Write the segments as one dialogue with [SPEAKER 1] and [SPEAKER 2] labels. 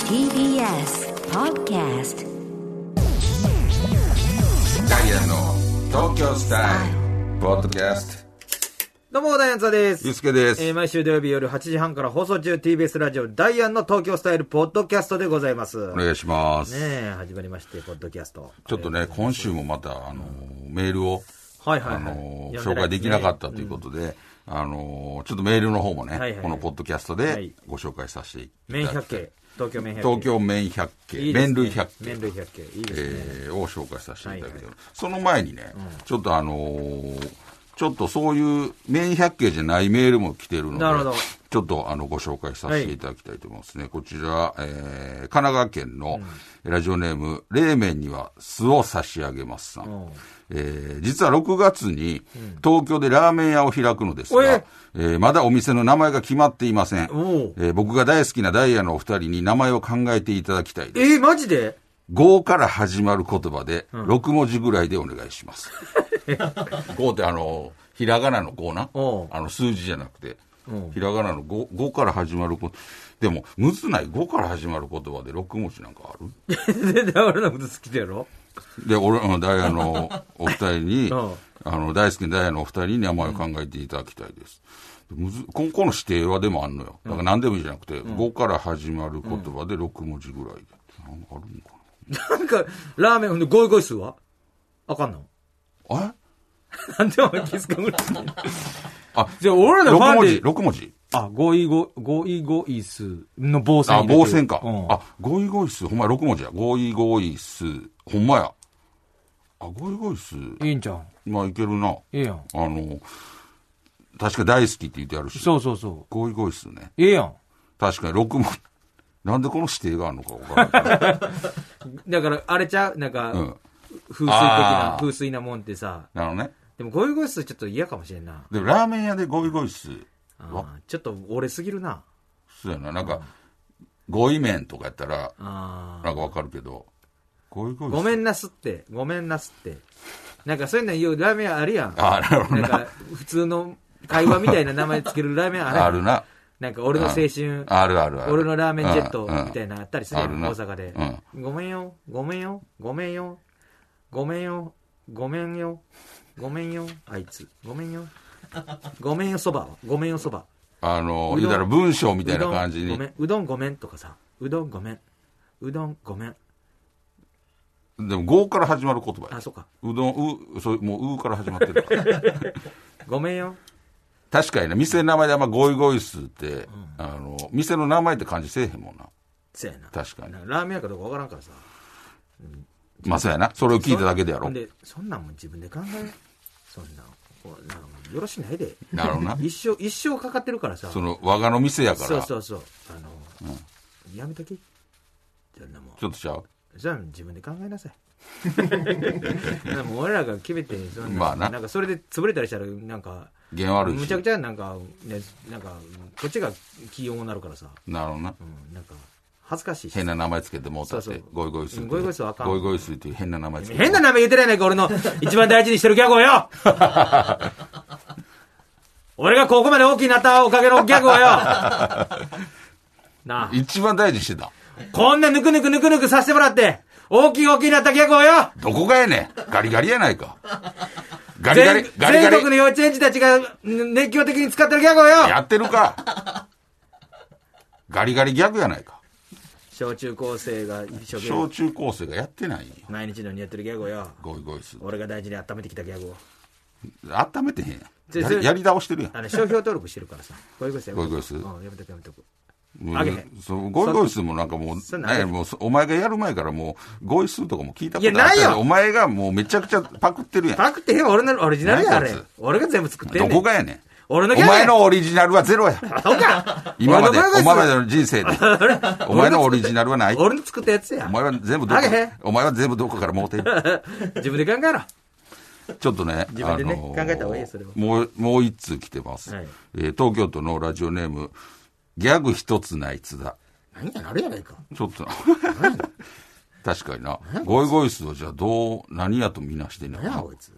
[SPEAKER 1] TBS Podcast
[SPEAKER 2] ダイアンの東京スタイルポッドキャス
[SPEAKER 3] どうも、ダイアンツァで
[SPEAKER 2] トゆう
[SPEAKER 3] す。
[SPEAKER 2] すけです、
[SPEAKER 3] えー毎週土曜日夜8時半から放送中 TBS ラジオダイアンの東京スタイルポッドキャストでございます。
[SPEAKER 2] お
[SPEAKER 3] ね
[SPEAKER 2] 願いします、
[SPEAKER 3] え、始まりまして、ポッドキャスト。
[SPEAKER 2] ちょっとね今週もまたあのメールを、
[SPEAKER 3] はいはいはい
[SPEAKER 2] あの
[SPEAKER 3] 読んでないですね
[SPEAKER 2] 紹介できなかったということで、あのちょっとメールの方もね、
[SPEAKER 3] いはいはい
[SPEAKER 2] このポッドキャスト
[SPEAKER 3] は
[SPEAKER 2] で
[SPEAKER 3] い
[SPEAKER 2] ご紹介させていただ
[SPEAKER 3] 麺
[SPEAKER 2] き
[SPEAKER 3] 百景。東京麺百景。
[SPEAKER 2] 東京麺百景、
[SPEAKER 3] いいです
[SPEAKER 2] 麺
[SPEAKER 3] ね
[SPEAKER 2] 類百景
[SPEAKER 3] 麺類百景。いいですね。
[SPEAKER 2] えーを紹介させていただきたい、
[SPEAKER 3] はい
[SPEAKER 2] その前にね、ちょっとあのーちょっとそういう麺百景じゃないメールも来てるので
[SPEAKER 3] なるほど
[SPEAKER 2] ちょっとあのご紹介させていただきたいと思いますね、こちら、えー神奈川県のラジオネーム「冷麺には酢を差し上げます」さん、
[SPEAKER 3] うん
[SPEAKER 2] えー実は6月に東京でラーメン屋を開くのです
[SPEAKER 3] お
[SPEAKER 2] が、
[SPEAKER 3] え
[SPEAKER 2] えーまだお店の名前が決まっていません、え
[SPEAKER 3] おう
[SPEAKER 2] ー僕が大好きなダイヤのお二人に名前を考えていただきたいです
[SPEAKER 3] えー、マジで
[SPEAKER 2] 5から始まる言葉で、6文字ぐらいでお願いし ます。5ってあの、ひらがなの5な
[SPEAKER 3] おう。
[SPEAKER 2] あの、数字じゃなくて
[SPEAKER 3] う。ん
[SPEAKER 2] ひらがなの 5, 5から始まること。でも、むずない5から始まる言葉で6文字なんかある
[SPEAKER 3] 全然俺のこと好きだやろ
[SPEAKER 2] で、俺、うんダイヤ のお二人に
[SPEAKER 3] うん、
[SPEAKER 2] あの、大好きなダイヤのお二人に名前を考えていただきたいです。むずここの指定はでもあんのよ。だから何でもいいじゃなくて、5から始まる言葉で6文字ぐらいで。なんかあるのかな
[SPEAKER 3] なんか、ラーメン、ほんで、ゴイゴイスーはあかんの
[SPEAKER 2] あれ
[SPEAKER 3] なんでお前気づかんぐらい。
[SPEAKER 2] あ、
[SPEAKER 4] じゃあ、俺らのフ
[SPEAKER 2] 6
[SPEAKER 4] ァン
[SPEAKER 2] 文字、
[SPEAKER 4] で、
[SPEAKER 2] 6文字。
[SPEAKER 4] あ、ゴイゴ、ゴイゴイスの防線
[SPEAKER 2] あ、
[SPEAKER 4] 入れてる。
[SPEAKER 2] 防線か。
[SPEAKER 4] うん、
[SPEAKER 2] あ、ゴイゴイス、ほんまや、6文字や。ゴイゴイス、ほんまや。あ、ゴイゴイス、
[SPEAKER 4] いいんちゃう
[SPEAKER 2] まあ、いけるな。
[SPEAKER 4] ええやん。
[SPEAKER 2] あの、確か大好きって言ってあるし。
[SPEAKER 4] そうそうそう。
[SPEAKER 2] ゴイゴイスね。
[SPEAKER 4] ええやん。
[SPEAKER 2] 確かに6文字。なんでこの指定があるのかわからない。
[SPEAKER 3] だから、あれちゃうなんか、
[SPEAKER 2] うん。
[SPEAKER 3] 風水的
[SPEAKER 2] あ
[SPEAKER 3] な
[SPEAKER 2] ー、
[SPEAKER 3] 風水なもんってさ。
[SPEAKER 2] なるほどね。
[SPEAKER 3] でも、ゴイゴイスーちょっと嫌かもしれんな。
[SPEAKER 2] でも、ラーメン屋でゴイゴイス、
[SPEAKER 3] あー
[SPEAKER 2] わ
[SPEAKER 3] ちょっと折れすぎるな。
[SPEAKER 2] そうやな。なんか、ゴイ麺とかやったら、
[SPEAKER 3] あー
[SPEAKER 2] なんかわかるけど、ゴイゴイス。
[SPEAKER 3] ごめんなすって、ごめんなすって。なんかそういうの言うラーメン屋あるやん。
[SPEAKER 2] あ、なるほど
[SPEAKER 3] なん
[SPEAKER 2] な。
[SPEAKER 3] か普通の会話みたいな名前つけるラーメンあるやん
[SPEAKER 2] あるな。
[SPEAKER 3] なんか俺の青春、
[SPEAKER 2] あるあるある。
[SPEAKER 3] 俺のラーメンジェット
[SPEAKER 2] うんうん
[SPEAKER 3] みたいなのあったりするや
[SPEAKER 2] ある
[SPEAKER 3] ん、
[SPEAKER 2] な
[SPEAKER 3] 大阪で。ごめんよ、ごめんよ、ごめんよ、ごめんよ、ごめんよ、ごめんよ、あいつ、ごめんよ。ごめんよそば、ごめんよそば。
[SPEAKER 2] あの、
[SPEAKER 3] う
[SPEAKER 2] 言
[SPEAKER 3] どん
[SPEAKER 2] うたら文章み
[SPEAKER 3] み
[SPEAKER 2] たいな感じに
[SPEAKER 3] ごめ。ん、うどんごめんとかさ、うどんごめん、うどんごめん。
[SPEAKER 2] でも、5から始まる言葉
[SPEAKER 3] あ、
[SPEAKER 2] や。
[SPEAKER 3] そっか。
[SPEAKER 2] うどん、う、そう、もう、うから始まってるから。
[SPEAKER 3] ごめんよ、
[SPEAKER 2] 確かにね、店の名前であんまゴイゴイスって、あの、店の名前って感じせえへんもんな。
[SPEAKER 3] せやな。
[SPEAKER 2] 確かに
[SPEAKER 3] な。ラーメン屋かどうかわからんからさ。
[SPEAKER 2] まあ、そうやな。それを聞いただけでやろ
[SPEAKER 3] ほん。で、そんなんも自分で考える。そんなん、こうなんかもうよろしないで。。
[SPEAKER 2] なるほどな
[SPEAKER 3] 一生、一生かかってるからさ。
[SPEAKER 2] その、我がの店やから、
[SPEAKER 3] そう
[SPEAKER 2] ち
[SPEAKER 3] そ
[SPEAKER 2] ょ
[SPEAKER 3] うそう。あの、やめとき。そんなもん。
[SPEAKER 2] っとちゃう
[SPEAKER 3] じゃあ自分で考えなさい。でも俺らが決めて、そんな、
[SPEAKER 2] まあな
[SPEAKER 3] なんかそれで潰れたりしたら、なんか、
[SPEAKER 2] 弦悪いし。
[SPEAKER 3] むちゃくちゃなんか、ね、なんか、こっちが気温になるからさ。
[SPEAKER 2] なるほどな。
[SPEAKER 3] うん、なんか、恥ずかしいし。
[SPEAKER 2] 変な名前つけてもうたって、
[SPEAKER 3] そうそう
[SPEAKER 2] ゴイゴイスって。
[SPEAKER 3] ゴイゴイスはあかん
[SPEAKER 2] ゴイゴイスっていう変な名前つけて。
[SPEAKER 3] 変な名前言ってないやないか、俺の一番大事にしてるギャグを よ俺がここまで大きくなったおかげのギャグ をよなあ、
[SPEAKER 2] 一番大事にしてた。
[SPEAKER 3] こんなぬくぬくぬくぬくさせてもらって、大きい大きくなったギャグをよ
[SPEAKER 2] どこがやねん。ガリガリやない か。ガリガリ
[SPEAKER 3] 全、
[SPEAKER 2] ガリガ
[SPEAKER 3] 全国の
[SPEAKER 2] リ。
[SPEAKER 3] 幼稚園児たちがん熱狂的に使ってるギャグを よ
[SPEAKER 2] やってるか。ガリガリギャグやないか。
[SPEAKER 3] 小中高生が一生懸
[SPEAKER 2] 小
[SPEAKER 3] 命
[SPEAKER 2] 中高生がやってないんよ
[SPEAKER 3] 毎日のようにやってるギャグをよ
[SPEAKER 2] ゴイゴイス
[SPEAKER 3] 俺が大事に温めてきたギャグを。
[SPEAKER 2] 温めてへんやん
[SPEAKER 3] で
[SPEAKER 2] や
[SPEAKER 3] それ
[SPEAKER 2] りやり倒してるやん
[SPEAKER 3] あの、商標登録してるからさ。こういうことやめとこう
[SPEAKER 2] ゴイゴイス
[SPEAKER 3] うん、やめとくやめとく。
[SPEAKER 2] もう
[SPEAKER 3] あげへん
[SPEAKER 2] そうゴイゴイスもなんかもう
[SPEAKER 3] そんなんあげ
[SPEAKER 2] ね
[SPEAKER 3] へん
[SPEAKER 2] もうそお前がやる前からもうゴイスとかも聞いたこと
[SPEAKER 3] いやないよ
[SPEAKER 2] あったけどお前がもうめちゃくちゃパクってるやん
[SPEAKER 3] パクってへんわ俺のオリジナルや、あ
[SPEAKER 2] 何
[SPEAKER 3] れ
[SPEAKER 2] こいつ。
[SPEAKER 3] 俺が全部作ってんね
[SPEAKER 2] ど
[SPEAKER 3] ん。
[SPEAKER 2] こがやねん
[SPEAKER 3] 俺の
[SPEAKER 2] お
[SPEAKER 3] ギャグや
[SPEAKER 2] 前のオリジナルはゼロ や
[SPEAKER 3] そうか。
[SPEAKER 2] 今まで
[SPEAKER 3] 俺
[SPEAKER 2] お前
[SPEAKER 3] のゴイ
[SPEAKER 2] ま
[SPEAKER 3] ゴイ
[SPEAKER 2] での人生でお前のオリジナルはない
[SPEAKER 3] ス
[SPEAKER 2] お
[SPEAKER 3] 俺の作ったやつや。
[SPEAKER 2] 前は全部どこ
[SPEAKER 3] あげへん
[SPEAKER 2] お前は全部どこからもうてる
[SPEAKER 3] 自分で考えろ。
[SPEAKER 2] ちょっとね
[SPEAKER 3] 自分でね
[SPEAKER 2] あのー
[SPEAKER 3] 考えた方がいいよそれは
[SPEAKER 2] もうもう一通来てます
[SPEAKER 3] はい
[SPEAKER 2] えー東京都のラジオネームギャグ一つない津田
[SPEAKER 3] 何や、あれやないか。
[SPEAKER 2] ちょっとな。 確かにな。ゴイゴイスをじゃあどう、何やとみなしてんのか
[SPEAKER 3] 何や、
[SPEAKER 2] な
[SPEAKER 3] こ。いつ。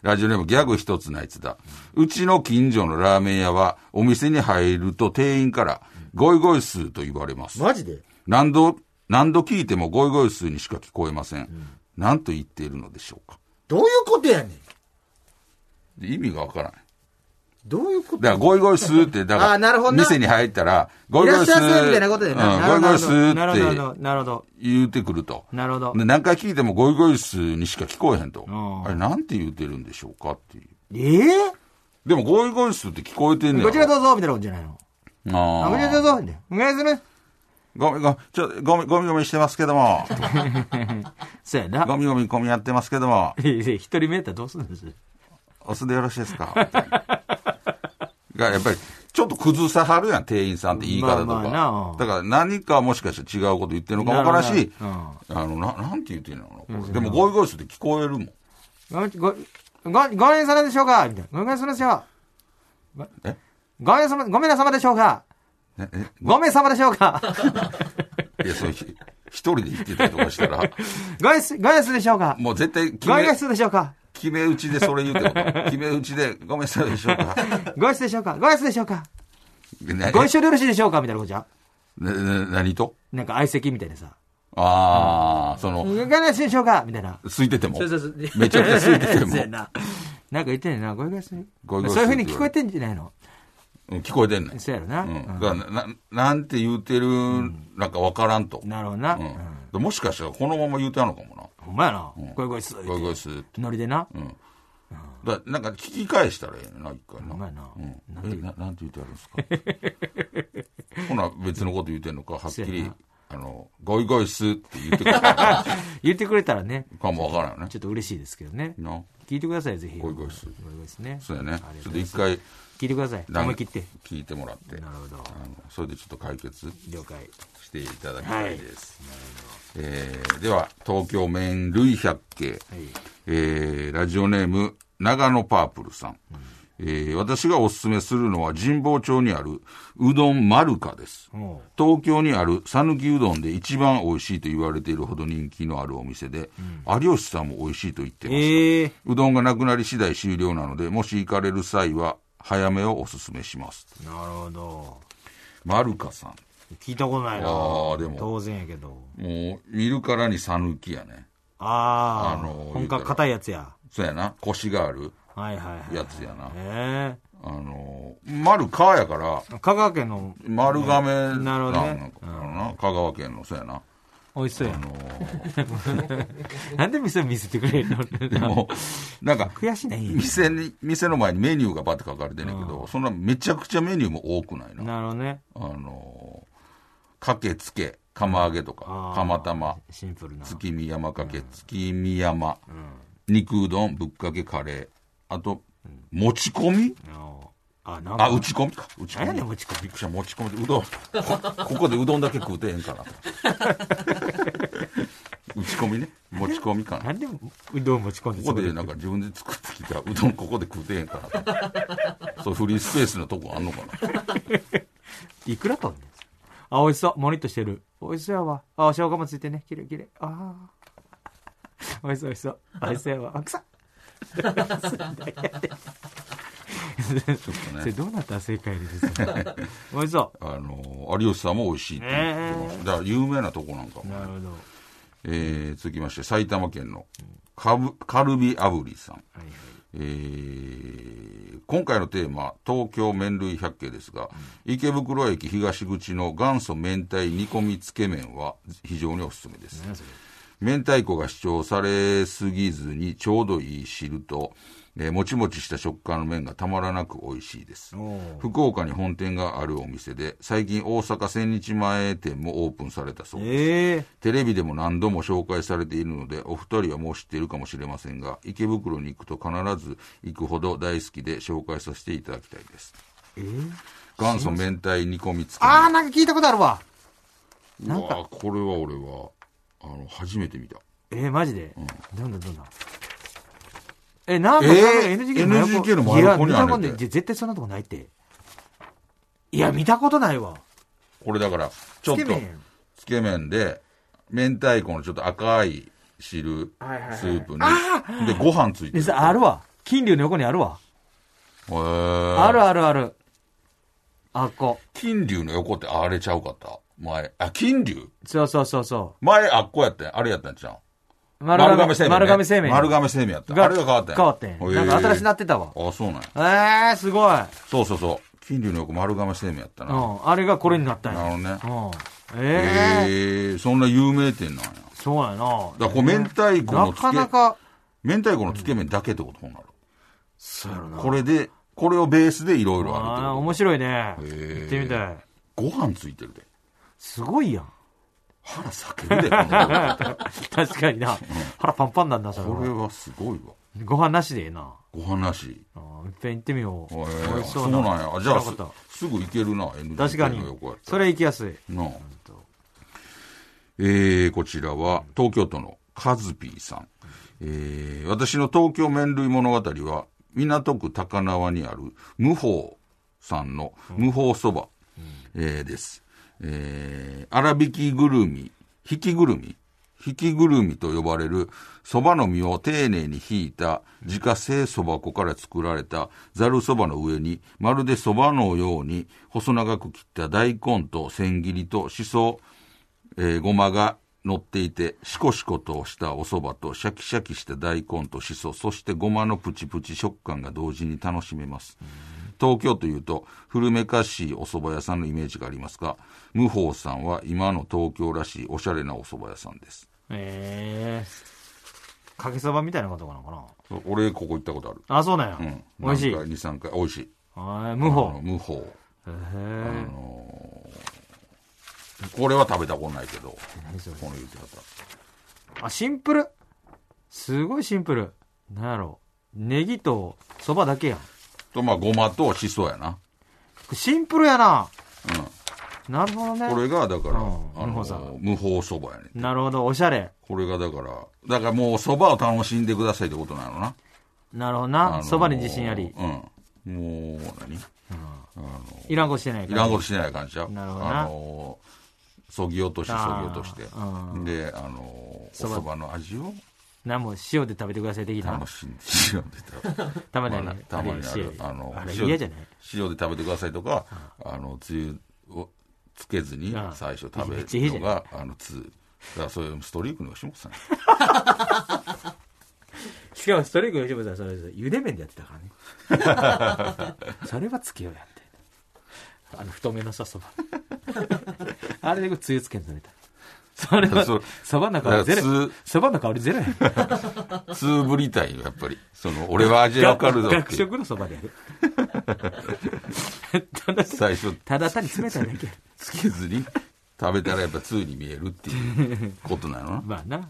[SPEAKER 2] ラジオネームギャグ一つないつだ。うちの近所のラーメン屋はお店に入ると店員からゴイゴイスーと言われます。
[SPEAKER 3] マジで
[SPEAKER 2] 何度、何度聞いてもゴイゴイ数にしか聞こえません。何と言っているのでしょうか。
[SPEAKER 5] どういうことやねん。
[SPEAKER 2] で意味がわからない。
[SPEAKER 5] どういうこと
[SPEAKER 2] だから、ゴイゴイスーって、だ
[SPEAKER 5] あ
[SPEAKER 2] か
[SPEAKER 5] ーなるほ
[SPEAKER 2] ら、
[SPEAKER 5] どな
[SPEAKER 2] 店に入ったら、ゴイゴイス
[SPEAKER 5] いらっしゃいませみたいなこと
[SPEAKER 2] ー、
[SPEAKER 5] で
[SPEAKER 2] うん
[SPEAKER 5] ななるほ
[SPEAKER 2] ゴイ
[SPEAKER 5] ど
[SPEAKER 2] ゴイス
[SPEAKER 3] なるほど、なる
[SPEAKER 2] ー
[SPEAKER 3] ほ
[SPEAKER 2] っ
[SPEAKER 3] ど
[SPEAKER 2] て
[SPEAKER 3] なるほど。
[SPEAKER 2] 言うてくると。
[SPEAKER 3] なるほど
[SPEAKER 2] で、何回聞いてもゴイゴイスーにしか聞こえへんと。
[SPEAKER 3] ん
[SPEAKER 2] あれ、なんて言うてるんでしょうかっていう。
[SPEAKER 5] えぇ、
[SPEAKER 2] でも、ゴイゴイスーって聞こえてんねん。
[SPEAKER 5] こちらどうぞみたいなことじゃないの。あ、
[SPEAKER 2] あ
[SPEAKER 5] こちらどう
[SPEAKER 2] あ。
[SPEAKER 5] ぞみたいな。お願いする
[SPEAKER 2] ゴミゴミ、ちょ、ゴミ、ゴミゴミしてますけども、
[SPEAKER 5] そうやな。
[SPEAKER 2] ゴミゴミゴミやってますけども、
[SPEAKER 5] いやいや一人目やったらどうするんです
[SPEAKER 2] お酢でよろしいですかみたいなが、やっぱり、ちょっと崩さはるやん、店員さんって言い方とか。
[SPEAKER 5] まあまあな
[SPEAKER 2] だから何かもしかしたら違うこと言ってるのかもわからんし、
[SPEAKER 5] なる
[SPEAKER 2] あの、な、なんて言ってんのかなこれでも、ゴイゴイスって聞こえるもん。
[SPEAKER 5] ご、ご、ご、ごめんさまでしょうかみたいな。ごめんさまでしょうか
[SPEAKER 2] え
[SPEAKER 5] ごめんさま、ごめんなさまでしょうか
[SPEAKER 2] え、え
[SPEAKER 5] ごめんさまでしょうか
[SPEAKER 2] いや、そう、ひ一人で言ってたりとかしたら、
[SPEAKER 5] ごめんす、ごめんすでしょうか
[SPEAKER 2] もう絶対決
[SPEAKER 5] ごめん
[SPEAKER 2] め
[SPEAKER 5] が、すでしょうか
[SPEAKER 2] 決め打ちでそれ言うって こと。決め打ちで、ごめんなさいでしょうか。
[SPEAKER 5] ごめんすでしょうかごめんすでしょうか
[SPEAKER 2] ね
[SPEAKER 5] ご一緒でよろしいでしょうかみたいなことじゃん。
[SPEAKER 2] ねね何と
[SPEAKER 5] なんか相席みたいなさ。
[SPEAKER 2] ああ、その、
[SPEAKER 5] ごめんなさいでしょうかみたいな。
[SPEAKER 2] 空いてても。
[SPEAKER 5] そうそうそう
[SPEAKER 2] めちゃくちゃ空いてても
[SPEAKER 5] そうやな。なんか言ってんねんな。ごめんなさい。
[SPEAKER 2] ごめんな
[SPEAKER 5] そ
[SPEAKER 2] さ
[SPEAKER 5] うい
[SPEAKER 2] いう
[SPEAKER 5] ふうに聞こえてんじゃないの
[SPEAKER 2] うん聞こえてんねん。
[SPEAKER 5] そうやろな。
[SPEAKER 2] う
[SPEAKER 5] うんん
[SPEAKER 2] だからな、ななんて言うてる、なんかわからんと。
[SPEAKER 5] なるほどな。
[SPEAKER 2] う
[SPEAKER 5] うんん。
[SPEAKER 2] でもしかしたらこのまま言うてはんのかも
[SPEAKER 5] ほんまやな。ごいごいす。
[SPEAKER 2] な。ゴイゴイスーって。
[SPEAKER 5] ノリでな。
[SPEAKER 2] うん。だなんか聞き返したらええねんな、一回な。
[SPEAKER 5] ほんまやな
[SPEAKER 2] うん
[SPEAKER 5] なんて
[SPEAKER 2] え
[SPEAKER 5] 言う
[SPEAKER 2] ななんて言うてはるんですか ほな、別のこと言うてんのか、はっき
[SPEAKER 5] そうや
[SPEAKER 2] り
[SPEAKER 5] な、
[SPEAKER 2] あの、ゴイゴイスーって言ってくるか
[SPEAKER 5] 言ってくれたらね、
[SPEAKER 2] もわからんよね
[SPEAKER 5] ちょ。っと嬉しいですけどね。
[SPEAKER 2] な
[SPEAKER 5] 聞いてください、ぜひ。
[SPEAKER 2] ゴイゴイスー。
[SPEAKER 5] ごいごいですね。
[SPEAKER 2] そうやね
[SPEAKER 5] あり。
[SPEAKER 2] ち
[SPEAKER 5] がと
[SPEAKER 2] ょっ
[SPEAKER 5] うご
[SPEAKER 2] と
[SPEAKER 5] ざい
[SPEAKER 2] 一
[SPEAKER 5] ます
[SPEAKER 2] 回、
[SPEAKER 5] 聞いてください。
[SPEAKER 2] なん
[SPEAKER 5] 思い切って。
[SPEAKER 2] 聞いてもらって。
[SPEAKER 5] なるほど
[SPEAKER 2] あのそれでちょっと解決
[SPEAKER 5] 了解。
[SPEAKER 2] していただきたいです。えーでは、東京麺類百景。
[SPEAKER 5] はい。
[SPEAKER 2] えーラジオネーム、長野パープルさん。えー私がおすすめするのは神保町にあるうどんマルカです。
[SPEAKER 5] も
[SPEAKER 2] 東京にある讃岐うどんで一番美味しいと言われているほど人気のあるお店で、有吉さんも美味しいと言って
[SPEAKER 5] う。
[SPEAKER 2] ました。
[SPEAKER 5] ええ。
[SPEAKER 2] うどんがなくなり次第終了なので、もし行かれる際は早めをおすすめします。
[SPEAKER 5] なるほど。
[SPEAKER 2] マルカさん。
[SPEAKER 5] 聞いたことないな。
[SPEAKER 2] ああでも
[SPEAKER 5] 当然やけど。
[SPEAKER 2] もう、見るからに讃岐やね。
[SPEAKER 5] あ
[SPEAKER 2] あ
[SPEAKER 5] あ。
[SPEAKER 2] の
[SPEAKER 5] 本格硬いやつや。
[SPEAKER 2] そうやな。コシがある
[SPEAKER 5] はいはいはい。
[SPEAKER 2] やつやな。
[SPEAKER 5] え
[SPEAKER 2] あのー、マルカやから、
[SPEAKER 5] え。香川県の
[SPEAKER 2] 丸亀なん
[SPEAKER 5] なるほどね
[SPEAKER 2] なんかな香川県のそうやな、
[SPEAKER 5] 美味しそうや
[SPEAKER 2] あ
[SPEAKER 5] ん。
[SPEAKER 2] の
[SPEAKER 5] なんで店見せてくれるの
[SPEAKER 2] ーもうなんか
[SPEAKER 5] 悔しない。
[SPEAKER 2] 店に店の前にメニューがバッて書かれてんねんけど、そんなめちゃくちゃメニューも多くないな
[SPEAKER 5] なるほどね。
[SPEAKER 2] あのーかけつけ釜揚げとか
[SPEAKER 5] あー
[SPEAKER 2] 釜玉
[SPEAKER 5] シンプルな。
[SPEAKER 2] 月見山かけ、月見山、肉うどんぶっかけカレーあと、持ち込み
[SPEAKER 5] あああ、なんか
[SPEAKER 2] あ、打ち込みか。打ち込み。
[SPEAKER 5] 何やねん打ち込み
[SPEAKER 2] びっくりした、持ち込みで、うどん。こ ここでうどんだけ食うてへんかなと。 打ち込みね。持ち込みかな。
[SPEAKER 5] な
[SPEAKER 2] こ
[SPEAKER 5] んでうどん持ち込んで
[SPEAKER 2] こでなんか自分で作ってきたうどんここで食うてへんかなと。 そうフリースペースのとこあんのかな。
[SPEAKER 5] いくらとんねんあ、美味しそう。モリッとしてる。美味しそうやわ。あ、生姜もついてね。きれいきれい。ああ。美味しそう、美味しそう。美味しそうやわ。あ、くさ
[SPEAKER 2] ちょっと
[SPEAKER 5] それ
[SPEAKER 2] ね。
[SPEAKER 5] どうなったら正解 ですか美味しそ
[SPEAKER 2] あのー有吉さんも美味しいって言ってました。だから有名なとこなんか
[SPEAKER 5] う。
[SPEAKER 2] も。
[SPEAKER 5] なるほど。
[SPEAKER 2] えー、続きまして、埼玉県のカブカルビ炙りさん。
[SPEAKER 5] はいはい。
[SPEAKER 2] えー今回のテーマ、東京麺類百景ですが、池袋駅東口の元祖明太煮込みつけ麺は非常におすすめです。明太子が主張されすぎずにちょうどいい汁と、えーもちもちした食感の麺がたまらなく美味しいです。福岡に本店があるお店で、最近大阪千日前店もオープンされたそうです。
[SPEAKER 5] ええ
[SPEAKER 2] テレビでも何度も紹介されているので、お二人はもう知っているかもしれませんが、池袋に行くと必ず行くほど大好きで紹介させていただきたいです。元祖明太煮込みつけ
[SPEAKER 5] ああ、なんか聞いたことあるわ。
[SPEAKER 2] 麺。うわーこれは俺は、あの、初めて見た。
[SPEAKER 5] えー、マジで、どんどんどんどん。え、なんか、
[SPEAKER 2] えー
[SPEAKER 5] なんか NGK の真横
[SPEAKER 2] NGK の真横に
[SPEAKER 5] いや、見た
[SPEAKER 2] あ
[SPEAKER 5] こ
[SPEAKER 2] る
[SPEAKER 5] と
[SPEAKER 2] ん
[SPEAKER 5] な
[SPEAKER 2] や
[SPEAKER 5] い。
[SPEAKER 2] て
[SPEAKER 5] 絶対そんなとこないって。いや、見たことないわ。
[SPEAKER 2] これだから、ちょっと
[SPEAKER 5] つけ麺、
[SPEAKER 2] つけ麺で、明太子のちょっと赤い汁、スープに、で、ご飯ついて
[SPEAKER 5] で
[SPEAKER 2] る。
[SPEAKER 5] さ、あるわ。金龍の横にあるわ。
[SPEAKER 2] へー
[SPEAKER 5] あるあるある。あっこ。
[SPEAKER 2] 金龍の横ってあれちゃうかった。前、あ、金龍
[SPEAKER 5] そうそうそうそ
[SPEAKER 2] 前、あっこやったんやあれやったんちゃう
[SPEAKER 5] う。丸亀
[SPEAKER 2] ね
[SPEAKER 5] 丸亀製麺。
[SPEAKER 2] 丸亀製麺やったんや。あれが変わったんや
[SPEAKER 5] 変わってん。なんか新しなってたわ。
[SPEAKER 2] あ、そうなんや。
[SPEAKER 5] えー、すごい。う
[SPEAKER 2] そうそうそう。金龍の横丸亀製麺やったな。
[SPEAKER 5] ん。あれがこれになったんや。
[SPEAKER 2] なるほどね。
[SPEAKER 5] うん。
[SPEAKER 2] へ
[SPEAKER 5] えー、
[SPEAKER 2] え、そんな有名店なんや。
[SPEAKER 5] そうやな。
[SPEAKER 2] だからこう明太子の
[SPEAKER 5] な
[SPEAKER 2] つけ、
[SPEAKER 5] かなか、
[SPEAKER 2] 明太子のつけ麺だけってことほんなら。
[SPEAKER 5] そうやろな。
[SPEAKER 2] これで、これをベースでいろいろ
[SPEAKER 5] ああ、
[SPEAKER 2] ある
[SPEAKER 5] 面白いね。
[SPEAKER 2] ー
[SPEAKER 5] 行ってみたい。
[SPEAKER 2] ってこと。ご飯ついてるで。
[SPEAKER 5] すごいやん。
[SPEAKER 2] 腹裂けるで、こんなの
[SPEAKER 5] 確かにな。腹パンパンなんだ、それ
[SPEAKER 2] これ
[SPEAKER 5] は。
[SPEAKER 2] はすごいわ。
[SPEAKER 5] ご飯なしでええな。
[SPEAKER 2] ご飯なし。
[SPEAKER 5] うんいっぺん行ってみよう。
[SPEAKER 2] へえ
[SPEAKER 5] 美味しそ
[SPEAKER 2] そうう
[SPEAKER 5] な。
[SPEAKER 2] なんや。じゃあ
[SPEAKER 5] 知らな
[SPEAKER 2] す
[SPEAKER 5] かっ、
[SPEAKER 2] すぐ行けるな、NGK
[SPEAKER 5] た確かに
[SPEAKER 2] の横やっ。た
[SPEAKER 5] そ
[SPEAKER 2] ら。
[SPEAKER 5] れ行きやすい。
[SPEAKER 2] なあえー、こちらは、東京都のカズピーさん。えー、私の東京麺類物語は、港区高輪にある、無法さんの無法そば、えーです。えー、粗挽きぐるみ、引きぐるみ、引きぐるみと呼ばれる、そばの実を丁寧に引いた自家製そば粉から作られたざるそばの上に、まるでそばのように細長く切った大根と千切りとしそ、えーごまが乗っていて、しこしことしたお蕎麦と、シャキシャキした大根としそ、そしてごまのプチプチ食感が同時に楽しめます。東京というと、古めかしいお蕎麦屋さんのイメージがありますが、無法さんは今の東京らしいおしゃれなお蕎麦屋さんです。
[SPEAKER 5] えー。かけそばみたいなことかなのかな
[SPEAKER 2] 俺、ここ行ったことある。
[SPEAKER 5] あ、そうなんや。
[SPEAKER 2] うん。
[SPEAKER 5] 美味しい。
[SPEAKER 2] 2、3回、美味しい。
[SPEAKER 5] あー無
[SPEAKER 2] あの
[SPEAKER 5] 法。
[SPEAKER 2] 無法。
[SPEAKER 5] へ
[SPEAKER 2] あ
[SPEAKER 5] え。
[SPEAKER 2] のーこれは食べたことないけど、この言って方。
[SPEAKER 5] あ、シンプル。すごいシンプル。なんやろ。ネギとそばだけやん。
[SPEAKER 2] と、まあ、ごまとしそやな。
[SPEAKER 5] シンプルやな。
[SPEAKER 2] うん。
[SPEAKER 5] なるほどね。
[SPEAKER 2] これがだから、
[SPEAKER 5] うん
[SPEAKER 2] あ
[SPEAKER 5] 無法さ
[SPEAKER 2] の無法そばやね
[SPEAKER 5] なるほど、おしゃれ。
[SPEAKER 2] これがだからだからもうそばを楽しんでくださいってことなのな
[SPEAKER 5] なるほど
[SPEAKER 2] あの
[SPEAKER 5] な。
[SPEAKER 2] ー
[SPEAKER 5] そばに自信あり。
[SPEAKER 2] うんもう何
[SPEAKER 5] いらんことしてない
[SPEAKER 2] い
[SPEAKER 5] から
[SPEAKER 2] んことしてない感じちゃう
[SPEAKER 5] なるほどな
[SPEAKER 2] あのそぎ落としそぎ落として
[SPEAKER 5] あー
[SPEAKER 2] であのお
[SPEAKER 5] そば
[SPEAKER 2] そばの味を
[SPEAKER 5] なんも塩で食べてください的な
[SPEAKER 2] 楽。しんで塩で食べる
[SPEAKER 5] たまにある
[SPEAKER 2] まあ
[SPEAKER 5] ね。
[SPEAKER 2] たまにあ
[SPEAKER 5] 塩
[SPEAKER 2] る
[SPEAKER 5] で
[SPEAKER 2] あの
[SPEAKER 5] あれ
[SPEAKER 2] 塩
[SPEAKER 5] 嫌じゃない
[SPEAKER 2] 塩で食べてくださいとかあのつゆをつけずに
[SPEAKER 5] あ
[SPEAKER 2] 最初食
[SPEAKER 5] め
[SPEAKER 2] べ
[SPEAKER 5] っちゃいい
[SPEAKER 2] る
[SPEAKER 5] じゃ
[SPEAKER 2] の
[SPEAKER 5] ん
[SPEAKER 2] があのつゆだからそういうストリークの吉本さん
[SPEAKER 5] しかもストレーク吉本さん、それ、茹で麺でやってたからね。それはつけようやって。あの、太めのさ、そば。 あれでつゆつけんのみたいな。それ
[SPEAKER 2] そ
[SPEAKER 5] は
[SPEAKER 2] う、
[SPEAKER 5] そばの香りゼ
[SPEAKER 2] だから
[SPEAKER 5] ロ
[SPEAKER 2] つ。
[SPEAKER 5] そばの香りゼロやん。
[SPEAKER 2] つぶりたいよ、やっぱり。その、俺は味わかるぞって
[SPEAKER 5] 学食のそばでや る。ただ、
[SPEAKER 2] 最初、
[SPEAKER 5] ただ単に冷たい だけ。
[SPEAKER 2] つけずに食べたらやっぱ通に見えるっていうことなの な。
[SPEAKER 5] まあな。